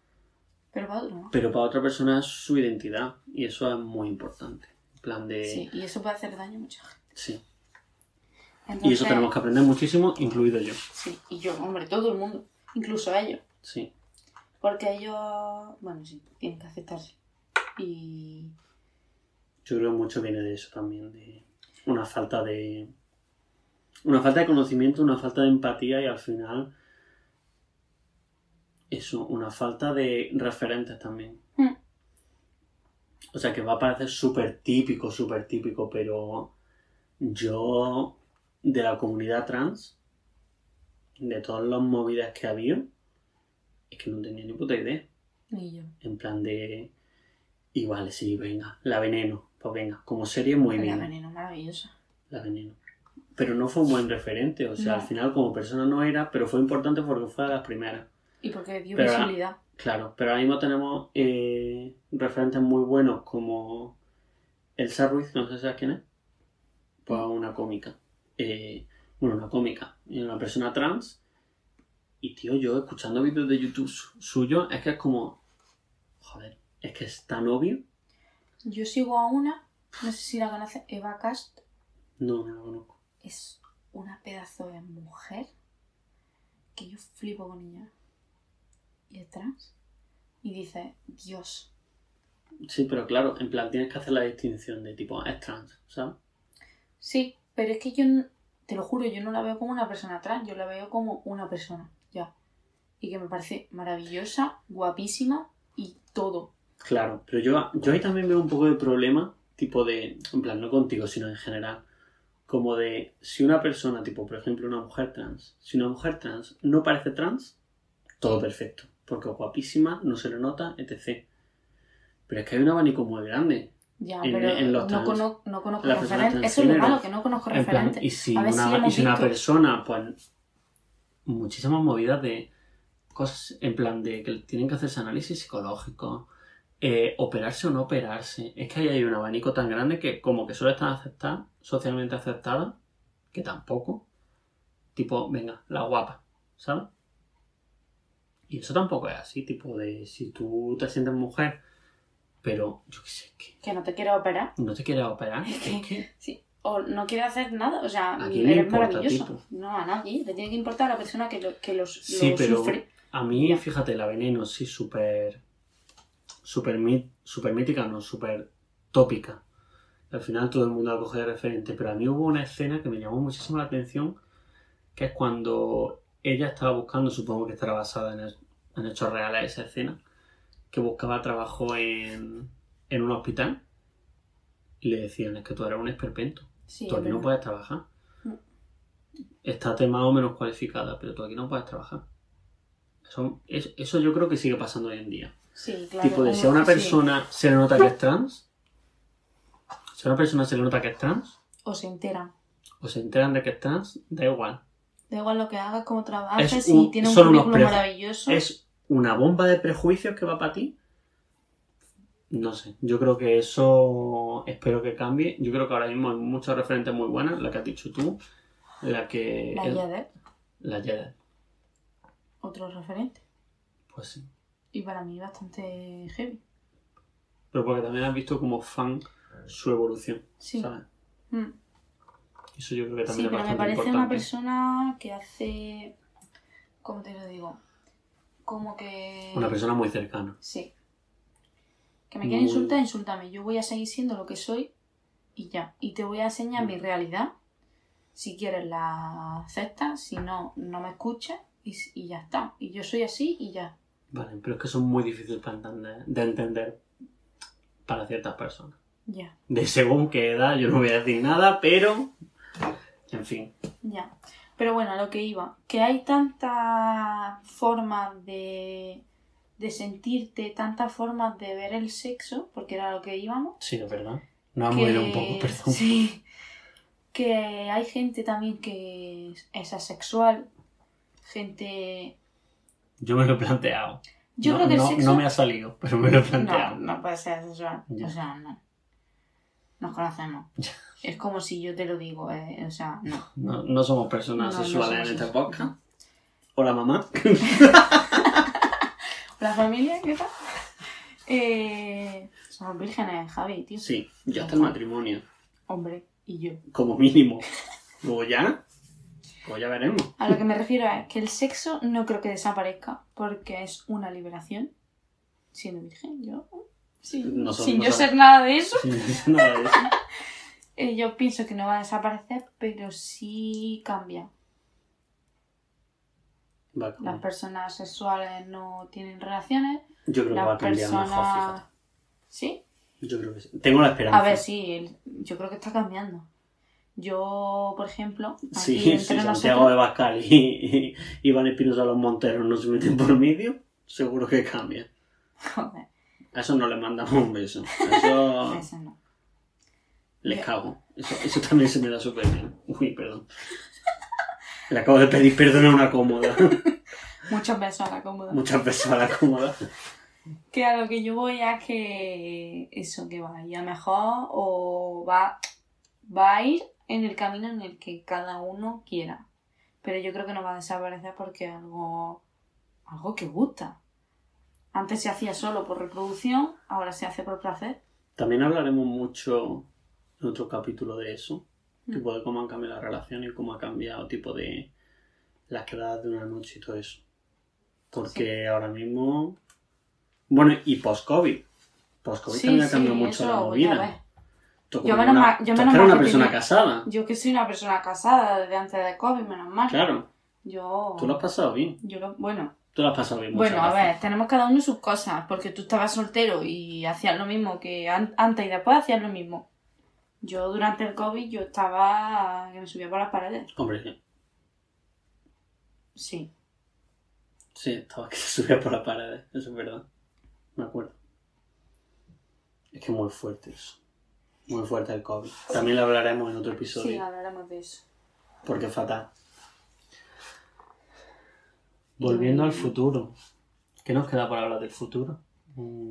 Speaker 2: pero para otro no.
Speaker 3: pero para otra persona es su identidad. Y eso es muy importante. En plan de.
Speaker 2: Sí, y eso puede hacer daño a mucha gente.
Speaker 3: sí.
Speaker 2: Entonces,
Speaker 3: Y eso tenemos que aprender muchísimo, incluido yo.
Speaker 2: Sí, y yo, hombre, todo el mundo, incluso ellos.
Speaker 3: Sí.
Speaker 2: Porque ellos, bueno, sí, tienen que aceptarse. Y
Speaker 3: Yo creo que mucho viene de eso también, de una falta de. Una falta de conocimiento, una falta de empatía y al final. Eso, una falta de referentes también.
Speaker 2: Mm.
Speaker 3: O sea que va a parecer súper típico, súper típico, pero yo de la comunidad trans, de todas las movidas que había, es que no tenía ni puta idea.
Speaker 2: ni yo.
Speaker 3: En plan de. Y vale, sí, venga. La veneno. Pues venga. Como serie, muy
Speaker 2: Era
Speaker 3: bien.
Speaker 2: veneno maravillosa.
Speaker 3: La veneno. Pero no fue un buen referente. O sea,
Speaker 2: No.
Speaker 3: al final como persona no era, pero fue importante porque fue de las primeras.
Speaker 2: Y porque dio
Speaker 3: Pero-
Speaker 2: visibilidad.
Speaker 3: Claro, pero ahora mismo tenemos eh, referentes muy buenos como Elsa Ruiz, no sé si sabes quién es. Pues una cómica. Eh, bueno, una cómica. Y Una persona trans. Y tío, yo escuchando vídeos de YouTube su- suyo, es que es como. Joder, es que es tan obvio.
Speaker 2: Yo sigo a una, no sé si la conoces, Eva Cast.
Speaker 3: No, no lo conozco.
Speaker 2: Es una pedazo de mujer que yo flipo con ella. Y es trans. Y dice, Dios.
Speaker 3: Sí, pero claro, en plan tienes que hacer la distinción de tipo, ah, es trans, ¿sabes?
Speaker 2: Sí, pero es que yo, n- te lo juro, yo no la veo como una persona trans, yo la veo como una persona, ya. Y que me parece maravillosa, guapísima y todo.
Speaker 3: Claro, pero yo, yo ahí también veo un poco de problema, tipo de, en plan, no contigo, sino en general, como de si una persona, tipo, por ejemplo, una mujer trans, si una mujer trans no parece trans, todo perfecto, porque es guapísima, no se le nota, etc. Pero es que hay un abanico muy grande.
Speaker 2: Ya,
Speaker 3: En-
Speaker 2: pero
Speaker 3: en los
Speaker 2: no,
Speaker 3: trans-
Speaker 2: cono- no conozco
Speaker 3: las personas
Speaker 2: referentes. Eso es lo
Speaker 3: transgénero.
Speaker 2: malo, que no conozco
Speaker 1: En plan,
Speaker 2: referentes.
Speaker 1: y si
Speaker 2: A ver si
Speaker 1: una, y
Speaker 2: hemos
Speaker 1: si una
Speaker 2: visto.
Speaker 1: persona, pues muchísimas movidas de cosas en plan de que tienen que hacerse análisis psicológicos, eh, operarse o no operarse. Es que ahí hay un abanico tan grande que como que solo están aceptadas, socialmente aceptadas, que tampoco. Tipo, venga, la guapa, ¿sabes? Y eso tampoco es así, tipo de si tú te sientes mujer, pero yo qué sé, que
Speaker 2: Que no te quiero operar.
Speaker 1: no te quieres operar, es que
Speaker 2: Sí. O no quiero hacer nada, o sea,
Speaker 1: ¿A
Speaker 2: eres
Speaker 1: quién le importa,
Speaker 2: maravilloso.
Speaker 1: tipo?
Speaker 2: No, a nadie. Te tiene que importar a la persona que lo, que los,
Speaker 1: Sí,
Speaker 2: lo
Speaker 1: pero
Speaker 2: sufre.
Speaker 1: a mí, fíjate, la veneno sí, súper. Súper mi- súper mítica, no, súper tópica. Al final todo el mundo la coge de referente, pero a mí hubo una escena que me llamó muchísimo la atención, que es cuando ella estaba buscando, supongo que estará basada en, el- en hechos reales esa escena, que buscaba trabajo en, en un hospital y le decían, es que tú eres un esperpento.
Speaker 2: Sí, Mm.
Speaker 1: Tú aquí no
Speaker 2: pero-
Speaker 1: puedes trabajar.
Speaker 2: No.
Speaker 1: Estás más o menos cualificada, pero tú aquí no puedes trabajar. Eso, es- eso yo creo que sigue pasando hoy en día.
Speaker 2: Sí, claro.
Speaker 1: tipo de si a
Speaker 2: como-
Speaker 1: una
Speaker 2: sí.
Speaker 1: persona se le nota que es trans, si a una persona se le nota que es trans,
Speaker 2: O se enteran.
Speaker 1: o se enteran de que es trans, da igual.
Speaker 2: Da igual lo que hagas, cómo trabajes,
Speaker 1: Es
Speaker 2: si
Speaker 1: un-
Speaker 2: tiene un
Speaker 1: son unos
Speaker 2: currículum
Speaker 1: precios.
Speaker 2: maravilloso.
Speaker 1: Es una bomba de prejuicios que va para ti. No sé, yo creo que eso espero que cambie. Yo creo que ahora mismo hay muchos referentes muy buenos, la que has dicho tú, la que...
Speaker 2: La Yadel,
Speaker 1: la Yadel.
Speaker 2: otro referente.
Speaker 1: Pues sí.
Speaker 2: Y para mí bastante heavy.
Speaker 1: Pero porque también has visto como fan su evolución,
Speaker 2: Sí.
Speaker 1: ¿sabes?
Speaker 2: Mm.
Speaker 1: Eso yo creo que
Speaker 2: Sí,
Speaker 1: también
Speaker 2: pero
Speaker 1: es
Speaker 2: me
Speaker 1: bastante
Speaker 2: parece una
Speaker 1: importante.
Speaker 2: persona que hace. ¿Cómo te lo digo? Como que.
Speaker 1: Una persona muy cercana.
Speaker 2: Sí. Que me quiera
Speaker 1: Muy-
Speaker 2: insultar, insultame. Yo voy a seguir siendo lo que soy y ya. Y te voy a enseñar
Speaker 1: Mm.
Speaker 2: mi realidad. Si quieres la aceptas, si no, no me escuchas y, s- y ya está. Y yo soy así y ya.
Speaker 1: Vale, pero es que son muy difíciles para entender, de entender para ciertas personas.
Speaker 2: Ya,
Speaker 1: De según qué edad, yo no voy a decir nada, pero. En fin.
Speaker 2: ya. Pero bueno, a lo que iba, que hay tantas formas de, de sentirte, tantas formas de ver el sexo, porque era a lo que íbamos.
Speaker 1: Sí, es verdad. Nos hemos ido Ah, un poco, perdón.
Speaker 2: Sí. Que hay gente también que es asexual. Gente.
Speaker 1: Yo me lo he planteado.
Speaker 2: Yo
Speaker 1: no,
Speaker 2: creo que el
Speaker 1: no-
Speaker 2: sexo.
Speaker 1: no me ha salido, pero me lo he planteado.
Speaker 2: no, no puede ser asexual.
Speaker 1: Ya.
Speaker 2: O sea, no. Nos conocemos.
Speaker 1: Ya.
Speaker 2: Es como si yo te lo digo, eh, o sea, no.
Speaker 1: No, no somos personas
Speaker 2: No, no
Speaker 1: sexuales
Speaker 2: somos
Speaker 1: en esta
Speaker 2: asexuales.
Speaker 1: podcast. Hola, mamá.
Speaker 2: ¿La familia qué tal? Eh, somos vírgenes, Javi, tío.
Speaker 3: Sí, ya está el matrimonio.
Speaker 2: Hombre, y yo.
Speaker 3: Como mínimo. Luego ya. Luego ya veremos.
Speaker 2: A lo que me refiero es que el sexo no creo que desaparezca porque es una liberación. Siendo virgen, yo. Sin,
Speaker 3: Nosotros
Speaker 2: sin
Speaker 3: no
Speaker 2: yo
Speaker 3: sabemos.
Speaker 2: ser nada de eso.
Speaker 3: Sí, nada de eso.
Speaker 2: Eh, yo pienso que no va a desaparecer, pero sí cambia.
Speaker 3: Va a
Speaker 2: Las
Speaker 3: cambiar.
Speaker 2: personas sexuales no tienen relaciones.
Speaker 3: Yo creo que va
Speaker 2: Las
Speaker 3: a cambiar mejor, fíjate.
Speaker 2: personas. ¿Sí?
Speaker 3: Yo creo que sí. Tengo la esperanza.
Speaker 2: A ver, sí, el- yo creo que está cambiando. Yo, por ejemplo, aquí
Speaker 3: Sí,
Speaker 2: entre
Speaker 3: si
Speaker 2: nosotros-
Speaker 3: Santiago eh. de Bascal y, y Iván Espinosa los Monteros no se meten por medio, seguro que cambia.
Speaker 2: Joder,
Speaker 3: A eso no le mandamos un beso. A eso
Speaker 2: ese no.
Speaker 3: les cago. Eso, eso también se me da súper bien. Uy, perdón. Le acabo de pedir perdón a una cómoda.
Speaker 2: Muchos besos a la cómoda.
Speaker 3: Muchas veces a la cómoda.
Speaker 2: Que a lo que yo voy es que eso que va a ir a mejor o va, va a ir en el camino en el que cada uno quiera. Pero yo creo que no va a desaparecer porque es algo, algo que gusta. Antes se hacía solo por reproducción, ahora se hace por placer.
Speaker 3: También hablaremos mucho en otro capítulo de eso,
Speaker 2: Mm.
Speaker 3: tipo de cómo han cambiado las relaciones, cómo ha cambiado tipo de las quedadas de una noche y todo eso. Porque ahora mismo... Bueno, y post-COVID. Post-COVID
Speaker 2: Sí,
Speaker 3: también ha
Speaker 2: sí,
Speaker 3: cambiado mucho
Speaker 2: eso,
Speaker 3: la
Speaker 2: ya
Speaker 3: movida. Tú
Speaker 2: Yo
Speaker 3: como
Speaker 2: menos
Speaker 3: una-
Speaker 2: mal- yo
Speaker 3: tú
Speaker 2: menos
Speaker 3: eres
Speaker 2: mal
Speaker 3: una
Speaker 2: que
Speaker 3: persona
Speaker 2: tenía-
Speaker 3: casada.
Speaker 2: ves. Yo que soy una persona casada desde antes de COVID, menos mal.
Speaker 3: Claro,
Speaker 2: Yo,
Speaker 3: tú lo has pasado bien.
Speaker 2: yo lo- bueno,
Speaker 3: Tú lo has pasado bien. muchas
Speaker 2: Bueno, a
Speaker 3: veces.
Speaker 2: ver, tenemos cada uno sus cosas, porque tú estabas soltero y hacías lo mismo que an- antes y después hacías lo mismo. Yo durante el COVID yo estaba que me subía por las paredes.
Speaker 3: Hombre,
Speaker 2: Sí.
Speaker 3: sí, estaba que se subía por la pared, eso es verdad. Me acuerdo. Es que muy fuerte eso. Muy fuerte el COVID. También lo hablaremos en otro episodio.
Speaker 2: Sí, hablaremos de eso.
Speaker 3: Porque es fatal.
Speaker 1: Volviendo al futuro. ¿Qué nos queda por hablar del futuro?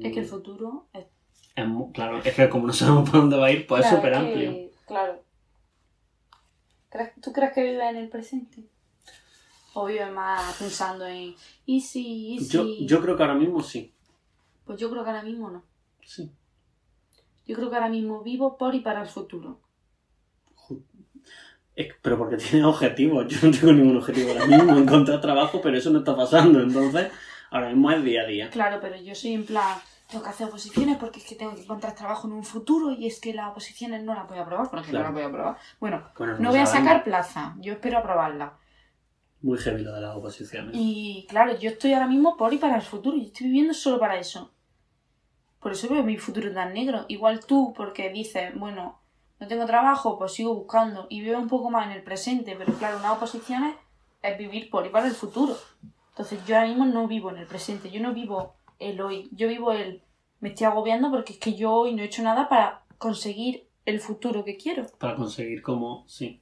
Speaker 2: Es que el futuro es,
Speaker 1: Es mu- claro, es que como no sabemos para dónde va a ir, pues
Speaker 2: Claro,
Speaker 1: es súper
Speaker 2: que-
Speaker 1: amplio.
Speaker 2: Claro. ¿Crees- ¿Tú crees que vive en el presente? ¿O vive más pensando en y si, y si?
Speaker 3: Yo, yo creo que ahora mismo sí.
Speaker 2: Pues yo creo que ahora mismo no.
Speaker 3: Sí.
Speaker 2: Yo creo que ahora mismo vivo por y para el futuro.
Speaker 3: Ju- Es que- pero porque tiene objetivos. Yo no tengo ningún objetivo ahora mismo. Encontrar trabajo, pero eso no está pasando. Entonces, ahora mismo es día a día.
Speaker 2: Claro, pero yo soy en plan, tengo que hacer oposiciones porque es que tengo que encontrar trabajo en un futuro y es que las oposiciones no las voy a aprobar porque
Speaker 3: Claro.
Speaker 2: no las voy a aprobar. Bueno,
Speaker 3: Bueno,
Speaker 2: no voy a
Speaker 3: sabemos.
Speaker 2: sacar plaza, yo espero aprobarla.
Speaker 3: Muy heavy lo de las oposiciones.
Speaker 2: Y claro, yo estoy ahora mismo por y para el futuro, yo estoy viviendo solo para eso. Por eso veo mi futuro tan negro. Igual tú, porque dices, bueno, no tengo trabajo, pues sigo buscando y veo un poco más en el presente, pero claro, unas oposiciones es vivir por y para el futuro. Entonces yo ahora mismo no vivo en el presente, yo no vivo el hoy, yo vivo el me estoy agobiando porque es que yo hoy no he hecho nada para conseguir el futuro que quiero.
Speaker 1: Para conseguir como, sí.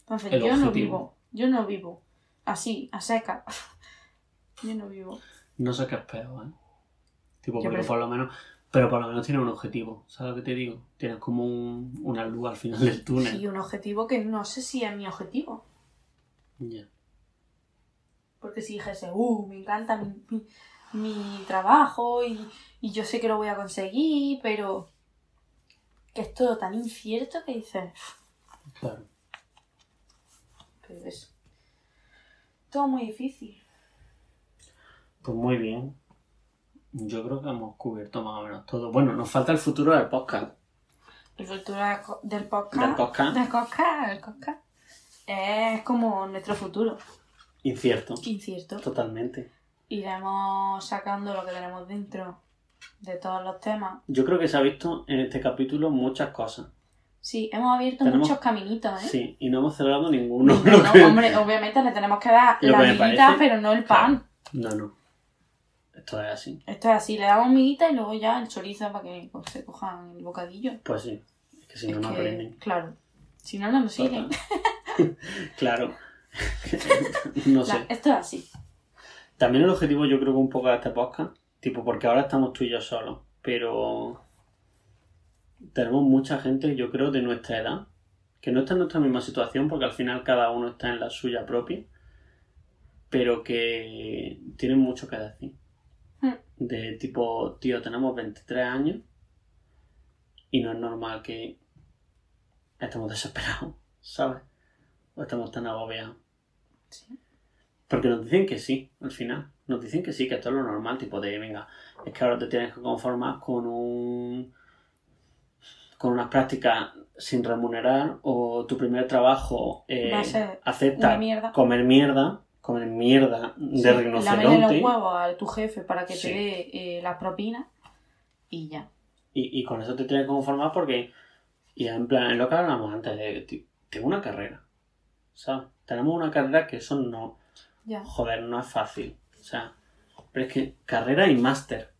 Speaker 2: Entonces
Speaker 1: El
Speaker 2: yo no
Speaker 1: objetivo.
Speaker 2: vivo, yo no vivo así, a seca. yo no vivo.
Speaker 1: No sé qué es peor, ¿eh? Tipo,
Speaker 2: Yo
Speaker 1: porque
Speaker 2: prefiero-
Speaker 1: por lo menos... Pero por lo menos tienes un objetivo, ¿sabes lo que te digo? Tienes como un- una luz al final del túnel.
Speaker 2: Y un objetivo que no sé si es mi objetivo.
Speaker 1: Ya.
Speaker 2: Porque si dijese, uh, me encanta mi, mi- mi trabajo y, y yo sé que lo voy a conseguir, pero que es todo tan incierto que dices,
Speaker 1: Claro.
Speaker 2: pero es todo muy difícil.
Speaker 1: Pues muy bien. Yo creo que hemos cubierto más o menos todo. Bueno, nos falta el futuro del podcast.
Speaker 2: El futuro del co- del podcast,
Speaker 3: Del podcast.
Speaker 2: del podcast, del podcast, es como nuestro futuro,
Speaker 3: Incierto.
Speaker 2: incierto.
Speaker 3: Totalmente.
Speaker 2: iremos sacando lo que tenemos dentro de todos los temas.
Speaker 1: Yo creo que se ha visto en este capítulo muchas cosas.
Speaker 2: Sí, hemos abierto
Speaker 1: Tenemos-
Speaker 2: muchos caminitos, ¿eh?
Speaker 1: Sí, y no hemos celebrado
Speaker 2: No,
Speaker 1: ninguno. Lo que-
Speaker 2: hombre, obviamente le tenemos que dar
Speaker 1: Lo
Speaker 2: la
Speaker 1: que me
Speaker 2: amiguita,
Speaker 1: parece-
Speaker 2: pero no el pan.
Speaker 5: No, no.
Speaker 1: Esto es así.
Speaker 2: Esto es así, le damos miguita y luego ya el chorizo para que pues, se cojan el bocadillo.
Speaker 1: Pues sí. Es que si
Speaker 2: Es
Speaker 1: no, no
Speaker 2: que,
Speaker 1: aprenden.
Speaker 2: Claro. Si no, no nos siguen.
Speaker 1: Claro. no
Speaker 2: La-
Speaker 1: sé.
Speaker 2: esto es así.
Speaker 1: También el objetivo yo creo que un poco de este podcast, tipo porque ahora estamos tú y yo solos, pero tenemos mucha gente, yo creo, de nuestra edad, que no está en nuestra misma situación porque al final cada uno está en la suya propia, pero que tienen mucho que decir.
Speaker 2: Hmm.
Speaker 1: De tipo, tío, tenemos 23 años y no es normal que estemos desesperados, ¿sabes? O estamos tan agobiados.
Speaker 2: Sí.
Speaker 1: Porque nos dicen que sí, al final. Nos dicen que sí, que esto es lo normal, tipo de, venga, es que ahora te tienes que conformar con un. con unas prácticas sin remunerar o tu primer trabajo eh,
Speaker 2: Va a ser
Speaker 1: acepta
Speaker 2: Una mierda.
Speaker 1: comer mierda, comer mierda de
Speaker 2: Sí, lamerle los
Speaker 1: rinoceronte
Speaker 2: huevos a tu jefe para que
Speaker 1: Sí.
Speaker 2: te dé eh, las propinas y ya.
Speaker 1: y, y con eso te tienes que conformar porque. Y en plan, es lo que hablábamos antes, de, ti- tengo una carrera, ¿sabes? Tenemos una carrera que eso no,
Speaker 2: ya.
Speaker 1: joder, no es fácil, o sea, pero es que carrera y máster.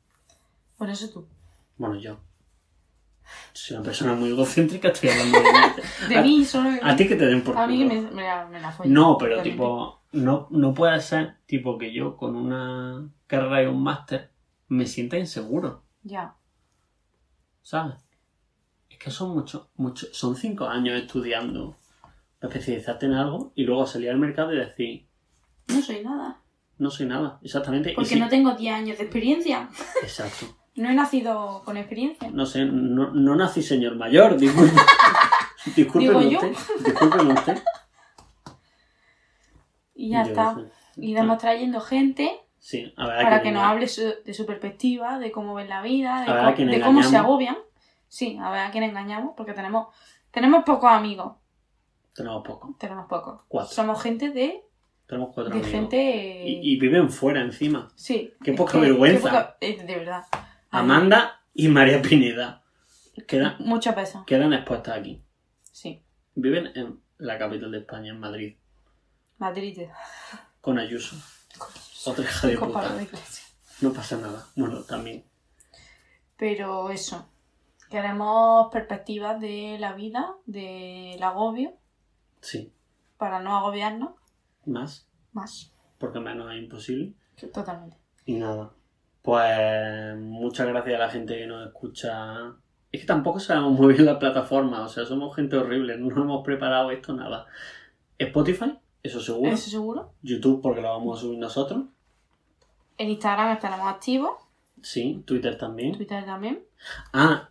Speaker 2: Por eso tú.
Speaker 1: Bueno, yo. Soy una persona muy egocéntrica, estoy hablando de mí.
Speaker 2: De
Speaker 1: A-
Speaker 2: mí, solo de
Speaker 1: A ti que te den por
Speaker 2: A mí
Speaker 1: culo.
Speaker 2: me, pues, me la, me la follo.
Speaker 5: No, pero
Speaker 2: Realmente.
Speaker 5: tipo, no, no puede ser tipo que yo con una carrera y un máster me sienta inseguro,
Speaker 2: Ya.
Speaker 5: ¿sabes?
Speaker 1: Es que son mucho, mucho, son cinco años estudiando, especializarte en algo y luego salir al mercado y decir,
Speaker 2: No soy nada.
Speaker 1: no soy nada, exactamente. y
Speaker 2: Porque
Speaker 1: sí,
Speaker 2: no tengo 10 años de experiencia.
Speaker 1: Exacto.
Speaker 2: No he nacido con experiencia.
Speaker 1: No sé, no, no nací señor mayor, disculpe. Discúlpeme
Speaker 2: Digo yo.
Speaker 1: usted. Discúlpeme usted.
Speaker 2: Y ya
Speaker 1: Yo
Speaker 2: está.
Speaker 1: qué sé.
Speaker 2: Y
Speaker 1: Ah.
Speaker 2: vamos trayendo gente
Speaker 1: Sí, a ver,
Speaker 2: para que nos hable su- de su perspectiva, de cómo ven la vida, de,
Speaker 1: A ver a
Speaker 2: cómo-
Speaker 1: quién
Speaker 2: de cómo se
Speaker 1: Ah, engañamos.
Speaker 2: agobian. Sí, a ver a quién engañamos, porque tenemos, tenemos pocos amigos.
Speaker 1: Tenemos poco,
Speaker 2: Tenemos pocos.
Speaker 1: Cuatro.
Speaker 2: Somos gente de,
Speaker 1: tenemos cuatro
Speaker 2: de
Speaker 1: amigos.
Speaker 2: gente.
Speaker 1: Y, y viven fuera encima.
Speaker 2: Sí.
Speaker 1: Qué
Speaker 2: es
Speaker 1: poca
Speaker 2: que-
Speaker 1: vergüenza.
Speaker 2: poca- eh, de verdad.
Speaker 1: Amanda y María Pineda. Quedan,
Speaker 2: Mucho peso.
Speaker 1: quedan expuestas aquí.
Speaker 2: Sí.
Speaker 1: Viven en la capital de España, en Madrid,
Speaker 2: Madrid.
Speaker 1: con Ayuso. Otra hija de
Speaker 2: Con Pablo
Speaker 1: puta.
Speaker 2: de Iglesias.
Speaker 1: No pasa nada. Bueno, también.
Speaker 2: Pero eso. Queremos perspectivas de la vida, del agobio,
Speaker 1: Sí.
Speaker 2: para no agobiarnos
Speaker 1: Más,
Speaker 2: más.
Speaker 1: porque menos es imposible.
Speaker 2: Totalmente.
Speaker 1: Y nada. Pues muchas gracias a la gente que nos escucha. Es que tampoco sabemos muy bien la plataforma. O sea, somos gente horrible. No hemos preparado esto nada. Spotify, eso seguro.
Speaker 2: Eso seguro.
Speaker 1: YouTube, porque lo vamos a subir nosotros.
Speaker 2: En Instagram estaremos activos.
Speaker 1: Sí, Twitter también.
Speaker 2: Twitter también.
Speaker 1: Ah,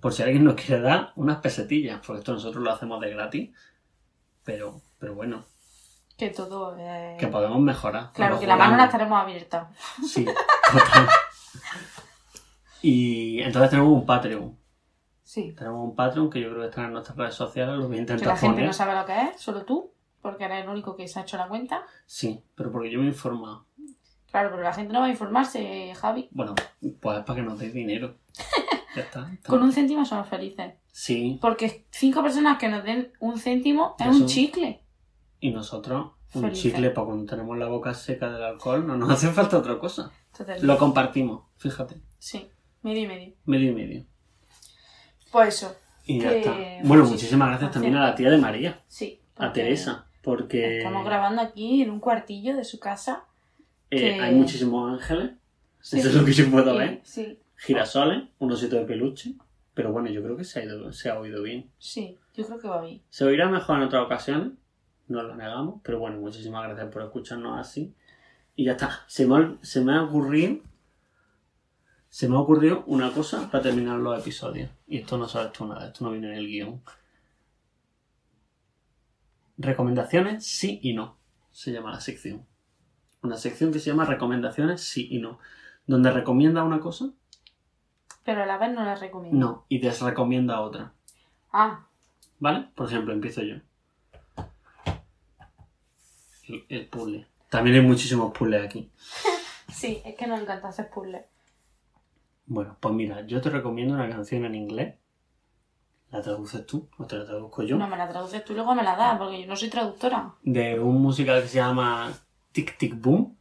Speaker 5: Por si alguien nos quiere dar unas pesetillas, porque esto nosotros lo hacemos de gratis, pero, pero bueno,
Speaker 2: Que todo. eh,
Speaker 5: que podemos mejorar.
Speaker 2: Claro,
Speaker 5: nos
Speaker 2: que la mano la
Speaker 5: jugamos.
Speaker 2: estaremos abierta.
Speaker 5: Sí, total. Y entonces tenemos un Patreon.
Speaker 2: Sí.
Speaker 5: Tenemos un Patreon que yo creo que está en nuestras redes sociales, lo voy a
Speaker 2: Que
Speaker 5: intentar
Speaker 2: la gente
Speaker 5: poner.
Speaker 2: no sabe lo que es, solo tú, porque eres el único que se ha hecho la cuenta.
Speaker 5: Sí, pero porque yo me he informado.
Speaker 2: Claro, pero la gente no va a informarse, Javi.
Speaker 5: Bueno, pues es para que nos deis dinero. Ya está. está.
Speaker 2: Con un céntimo somos felices.
Speaker 5: Sí,
Speaker 2: Porque cinco personas que nos den un céntimo es
Speaker 5: Ya
Speaker 2: un
Speaker 5: son-
Speaker 2: chicle.
Speaker 5: Y nosotros, un
Speaker 2: Felices.
Speaker 5: chicle, para cuando tenemos la boca seca del alcohol, no nos hace falta otra cosa.
Speaker 2: Totalmente.
Speaker 5: Lo compartimos, fíjate,
Speaker 2: Sí, medio y medio.
Speaker 5: medio y medio.
Speaker 2: Pues eso,
Speaker 5: Y ya
Speaker 2: Que
Speaker 5: está. Bueno,
Speaker 2: muchísimas
Speaker 5: muchísimas gracias también a
Speaker 2: gracias.
Speaker 5: la tía de María,
Speaker 2: sí.
Speaker 1: a
Speaker 2: porque
Speaker 1: Ah, Teresa, porque
Speaker 2: Estamos grabando aquí en un cuartillo de su casa.
Speaker 1: eh,
Speaker 2: que-
Speaker 1: hay muchísimos ángeles,
Speaker 2: Sí.
Speaker 1: eso es lo que yo puedo ver,
Speaker 2: Sí, sí,
Speaker 1: girasoles, un osito de peluche, pero bueno, yo creo que se ha, ido, se ha oído bien.
Speaker 2: sí, yo creo que va bien.
Speaker 1: Se oirá mejor en otras ocasiones, no lo negamos, pero bueno, muchísimas gracias por escucharnos así. Y ya está, se me, ha ol- se me ha ocurrido, se me ha ocurrido una cosa para terminar los episodios.
Speaker 5: y esto no sabes tú nada, esto no viene en el guión. Recomendaciones sí y no, se llama la sección. Una sección que se llama Recomendaciones sí y no, donde recomienda una cosa,
Speaker 2: Pero a la vez no la recomiendo.
Speaker 5: no, y desrecomienda otra.
Speaker 2: Ah,
Speaker 5: ¿Vale? Por ejemplo, empiezo yo. El, el puzzle. También hay muchísimos puzzles aquí.
Speaker 2: Sí, es que nos encanta hacer puzzles.
Speaker 1: Bueno, pues mira, yo te recomiendo una canción en inglés. ¿La traduces tú o te la traduzco yo?
Speaker 2: No me la traduces tú, luego me la das, porque yo no soy traductora.
Speaker 1: De un musical que se llama Tic Tic Boom.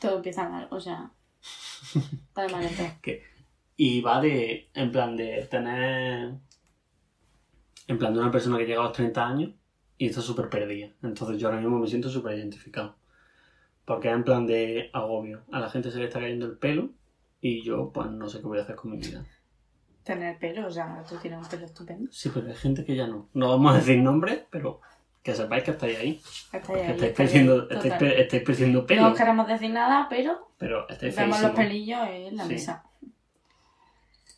Speaker 2: Todo empieza mal, o sea. Está de mal empezado.
Speaker 1: Y va de, en plan, de tener. En plan, de una persona que llega a los 30 años y está súper perdida. Entonces yo ahora mismo me siento súper identificado. Porque es en plan de agobio. A la gente se le está cayendo el pelo y yo, pues, no sé qué voy a hacer con mi vida.
Speaker 2: Tener pelo, o sea, tú tienes un pelo estupendo.
Speaker 1: Sí, pero hay gente que ya no. No vamos a decir nombres, pero que sepáis que estáis ahí.
Speaker 2: Está
Speaker 1: Que
Speaker 2: ahí,
Speaker 1: estáis
Speaker 2: está ahí,
Speaker 1: perdiendo,
Speaker 2: total.
Speaker 1: estáis, per- estáis perdiendo pelo.
Speaker 2: No os queremos decir nada, pero
Speaker 1: Pero estáis
Speaker 2: vemos los
Speaker 1: feísimos.
Speaker 2: pelillos en la
Speaker 1: Sí.
Speaker 2: mesa.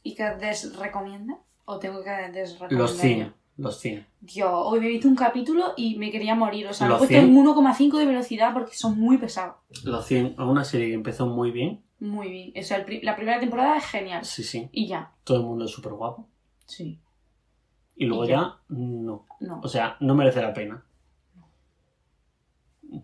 Speaker 2: ¿Y qué desrecomienda? ¿O tengo que desrecomendar?
Speaker 1: Los
Speaker 2: yo?
Speaker 1: 100. Los 100.
Speaker 2: Dios, hoy me he visto un capítulo y me quería morir. O sea,
Speaker 1: Los
Speaker 2: lo he
Speaker 1: cien.
Speaker 2: puesto en 1,5 de velocidad porque son muy pesados.
Speaker 1: Los 100 es una serie que empezó muy bien.
Speaker 2: Muy bien. O sea, el pri- la primera temporada es genial.
Speaker 1: Sí, sí.
Speaker 2: Y ya.
Speaker 1: Todo el mundo es súper guapo.
Speaker 2: Sí.
Speaker 1: Y luego
Speaker 2: ¿Y
Speaker 1: ya? no.
Speaker 2: No.
Speaker 1: O sea, no merece la pena.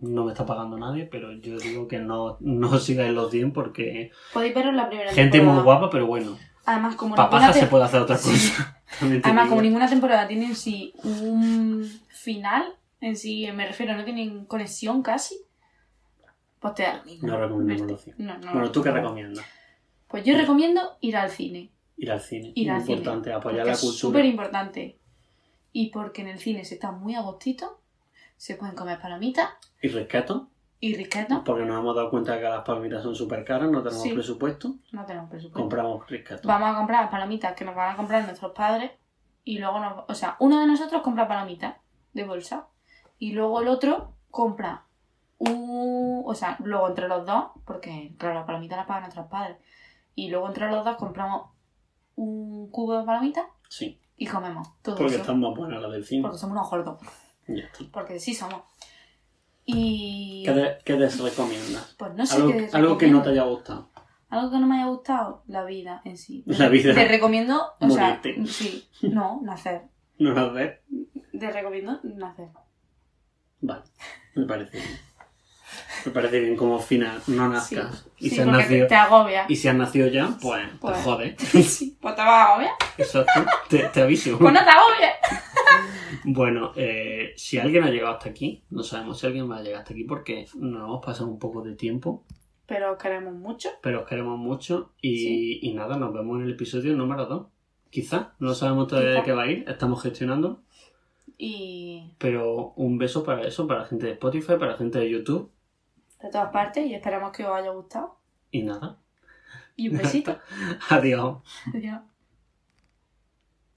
Speaker 1: No me está pagando nadie, pero yo digo que no, no sigáis los 100 porque
Speaker 2: Podéis verlo en la primera
Speaker 1: gente
Speaker 2: temporada.
Speaker 1: muy guapa, pero bueno,
Speaker 2: Además, como
Speaker 1: papaja
Speaker 2: ninguna
Speaker 1: se
Speaker 2: te-
Speaker 1: puede hacer otra
Speaker 2: Sí.
Speaker 1: cosa. También te
Speaker 2: Además,
Speaker 1: digo.
Speaker 2: como ninguna temporada tiene en sí un final, en sí, eh, me refiero, no tienen conexión casi, pues te da lo mismo.
Speaker 3: No recomendamos
Speaker 2: Verte.
Speaker 3: los cine.
Speaker 2: No, no.
Speaker 3: Bueno, ¿tú qué recomiendas?
Speaker 2: Pues yo recomiendo ir al cine.
Speaker 3: Ir al cine.
Speaker 2: Ir al cine.
Speaker 3: importante, apoyar
Speaker 2: Porque
Speaker 3: Pues la
Speaker 2: es súper
Speaker 3: cultura.
Speaker 2: importante. Y porque en el cine se está muy a gustito, se pueden comer palomitas
Speaker 3: Y rescato,
Speaker 2: y risquetas.
Speaker 3: porque nos hemos dado cuenta que las palomitas son súper caras, no tenemos
Speaker 2: Sí.
Speaker 3: presupuesto.
Speaker 2: No tenemos presupuesto.
Speaker 3: Compramos rescato.
Speaker 2: Vamos a comprar palomitas que nos van a comprar nuestros padres y luego nos... O sea, uno de nosotros compra palomitas de bolsa y luego el otro compra un... O sea, luego entre los dos, porque claro, las palomitas las pagan nuestros padres. Y luego entre los dos compramos un cubo de palomitas
Speaker 3: Sí,
Speaker 2: y comemos todo
Speaker 3: porque
Speaker 2: eso.
Speaker 3: están más buenas las del cine.
Speaker 2: Porque somos unos gordos.
Speaker 3: Ya está.
Speaker 2: Porque sí somos. Y...
Speaker 3: ¿Qué, de- qué desrecomiendas?
Speaker 2: Pues no sé
Speaker 3: algo,
Speaker 2: qué
Speaker 3: algo que no
Speaker 2: recomiendo.
Speaker 3: te haya gustado.
Speaker 2: Algo que no me haya gustado, la vida en sí.
Speaker 3: La vida.
Speaker 2: Te recomiendo, o
Speaker 3: Morirte.
Speaker 2: sea, sí, no, nacer.
Speaker 3: ¿No las ves?
Speaker 2: Te recomiendo nacer.
Speaker 3: Vale, me parece bien. Me parece bien como final, no nazcas.
Speaker 1: Y
Speaker 2: sí,
Speaker 1: se han
Speaker 2: porque te,
Speaker 1: nacido-
Speaker 2: te agobia.
Speaker 1: Y si has nacido ya, pues,
Speaker 2: Pues.
Speaker 1: te jode.
Speaker 2: Sí, pues te vas a agobiar.
Speaker 1: Exacto. te, te aviso.
Speaker 2: Pues no te agobies.
Speaker 1: Bueno, eh, si alguien ha llegado hasta aquí, no sabemos si alguien va a llegar hasta aquí porque nos hemos pasado un poco de tiempo,
Speaker 2: Pero os queremos mucho.
Speaker 1: pero os queremos mucho y,
Speaker 2: Sí.
Speaker 1: y nada, nos vemos en el episodio número 2. Quizá, no sabemos todavía de
Speaker 2: Quizá.
Speaker 1: qué va a ir, estamos gestionando,
Speaker 2: Y
Speaker 1: pero un beso para eso, para la gente de Spotify, para la gente de YouTube
Speaker 2: de todas partes, y esperamos que os haya gustado.
Speaker 1: y nada.
Speaker 2: Y un besito.
Speaker 1: Adiós.
Speaker 2: Adiós.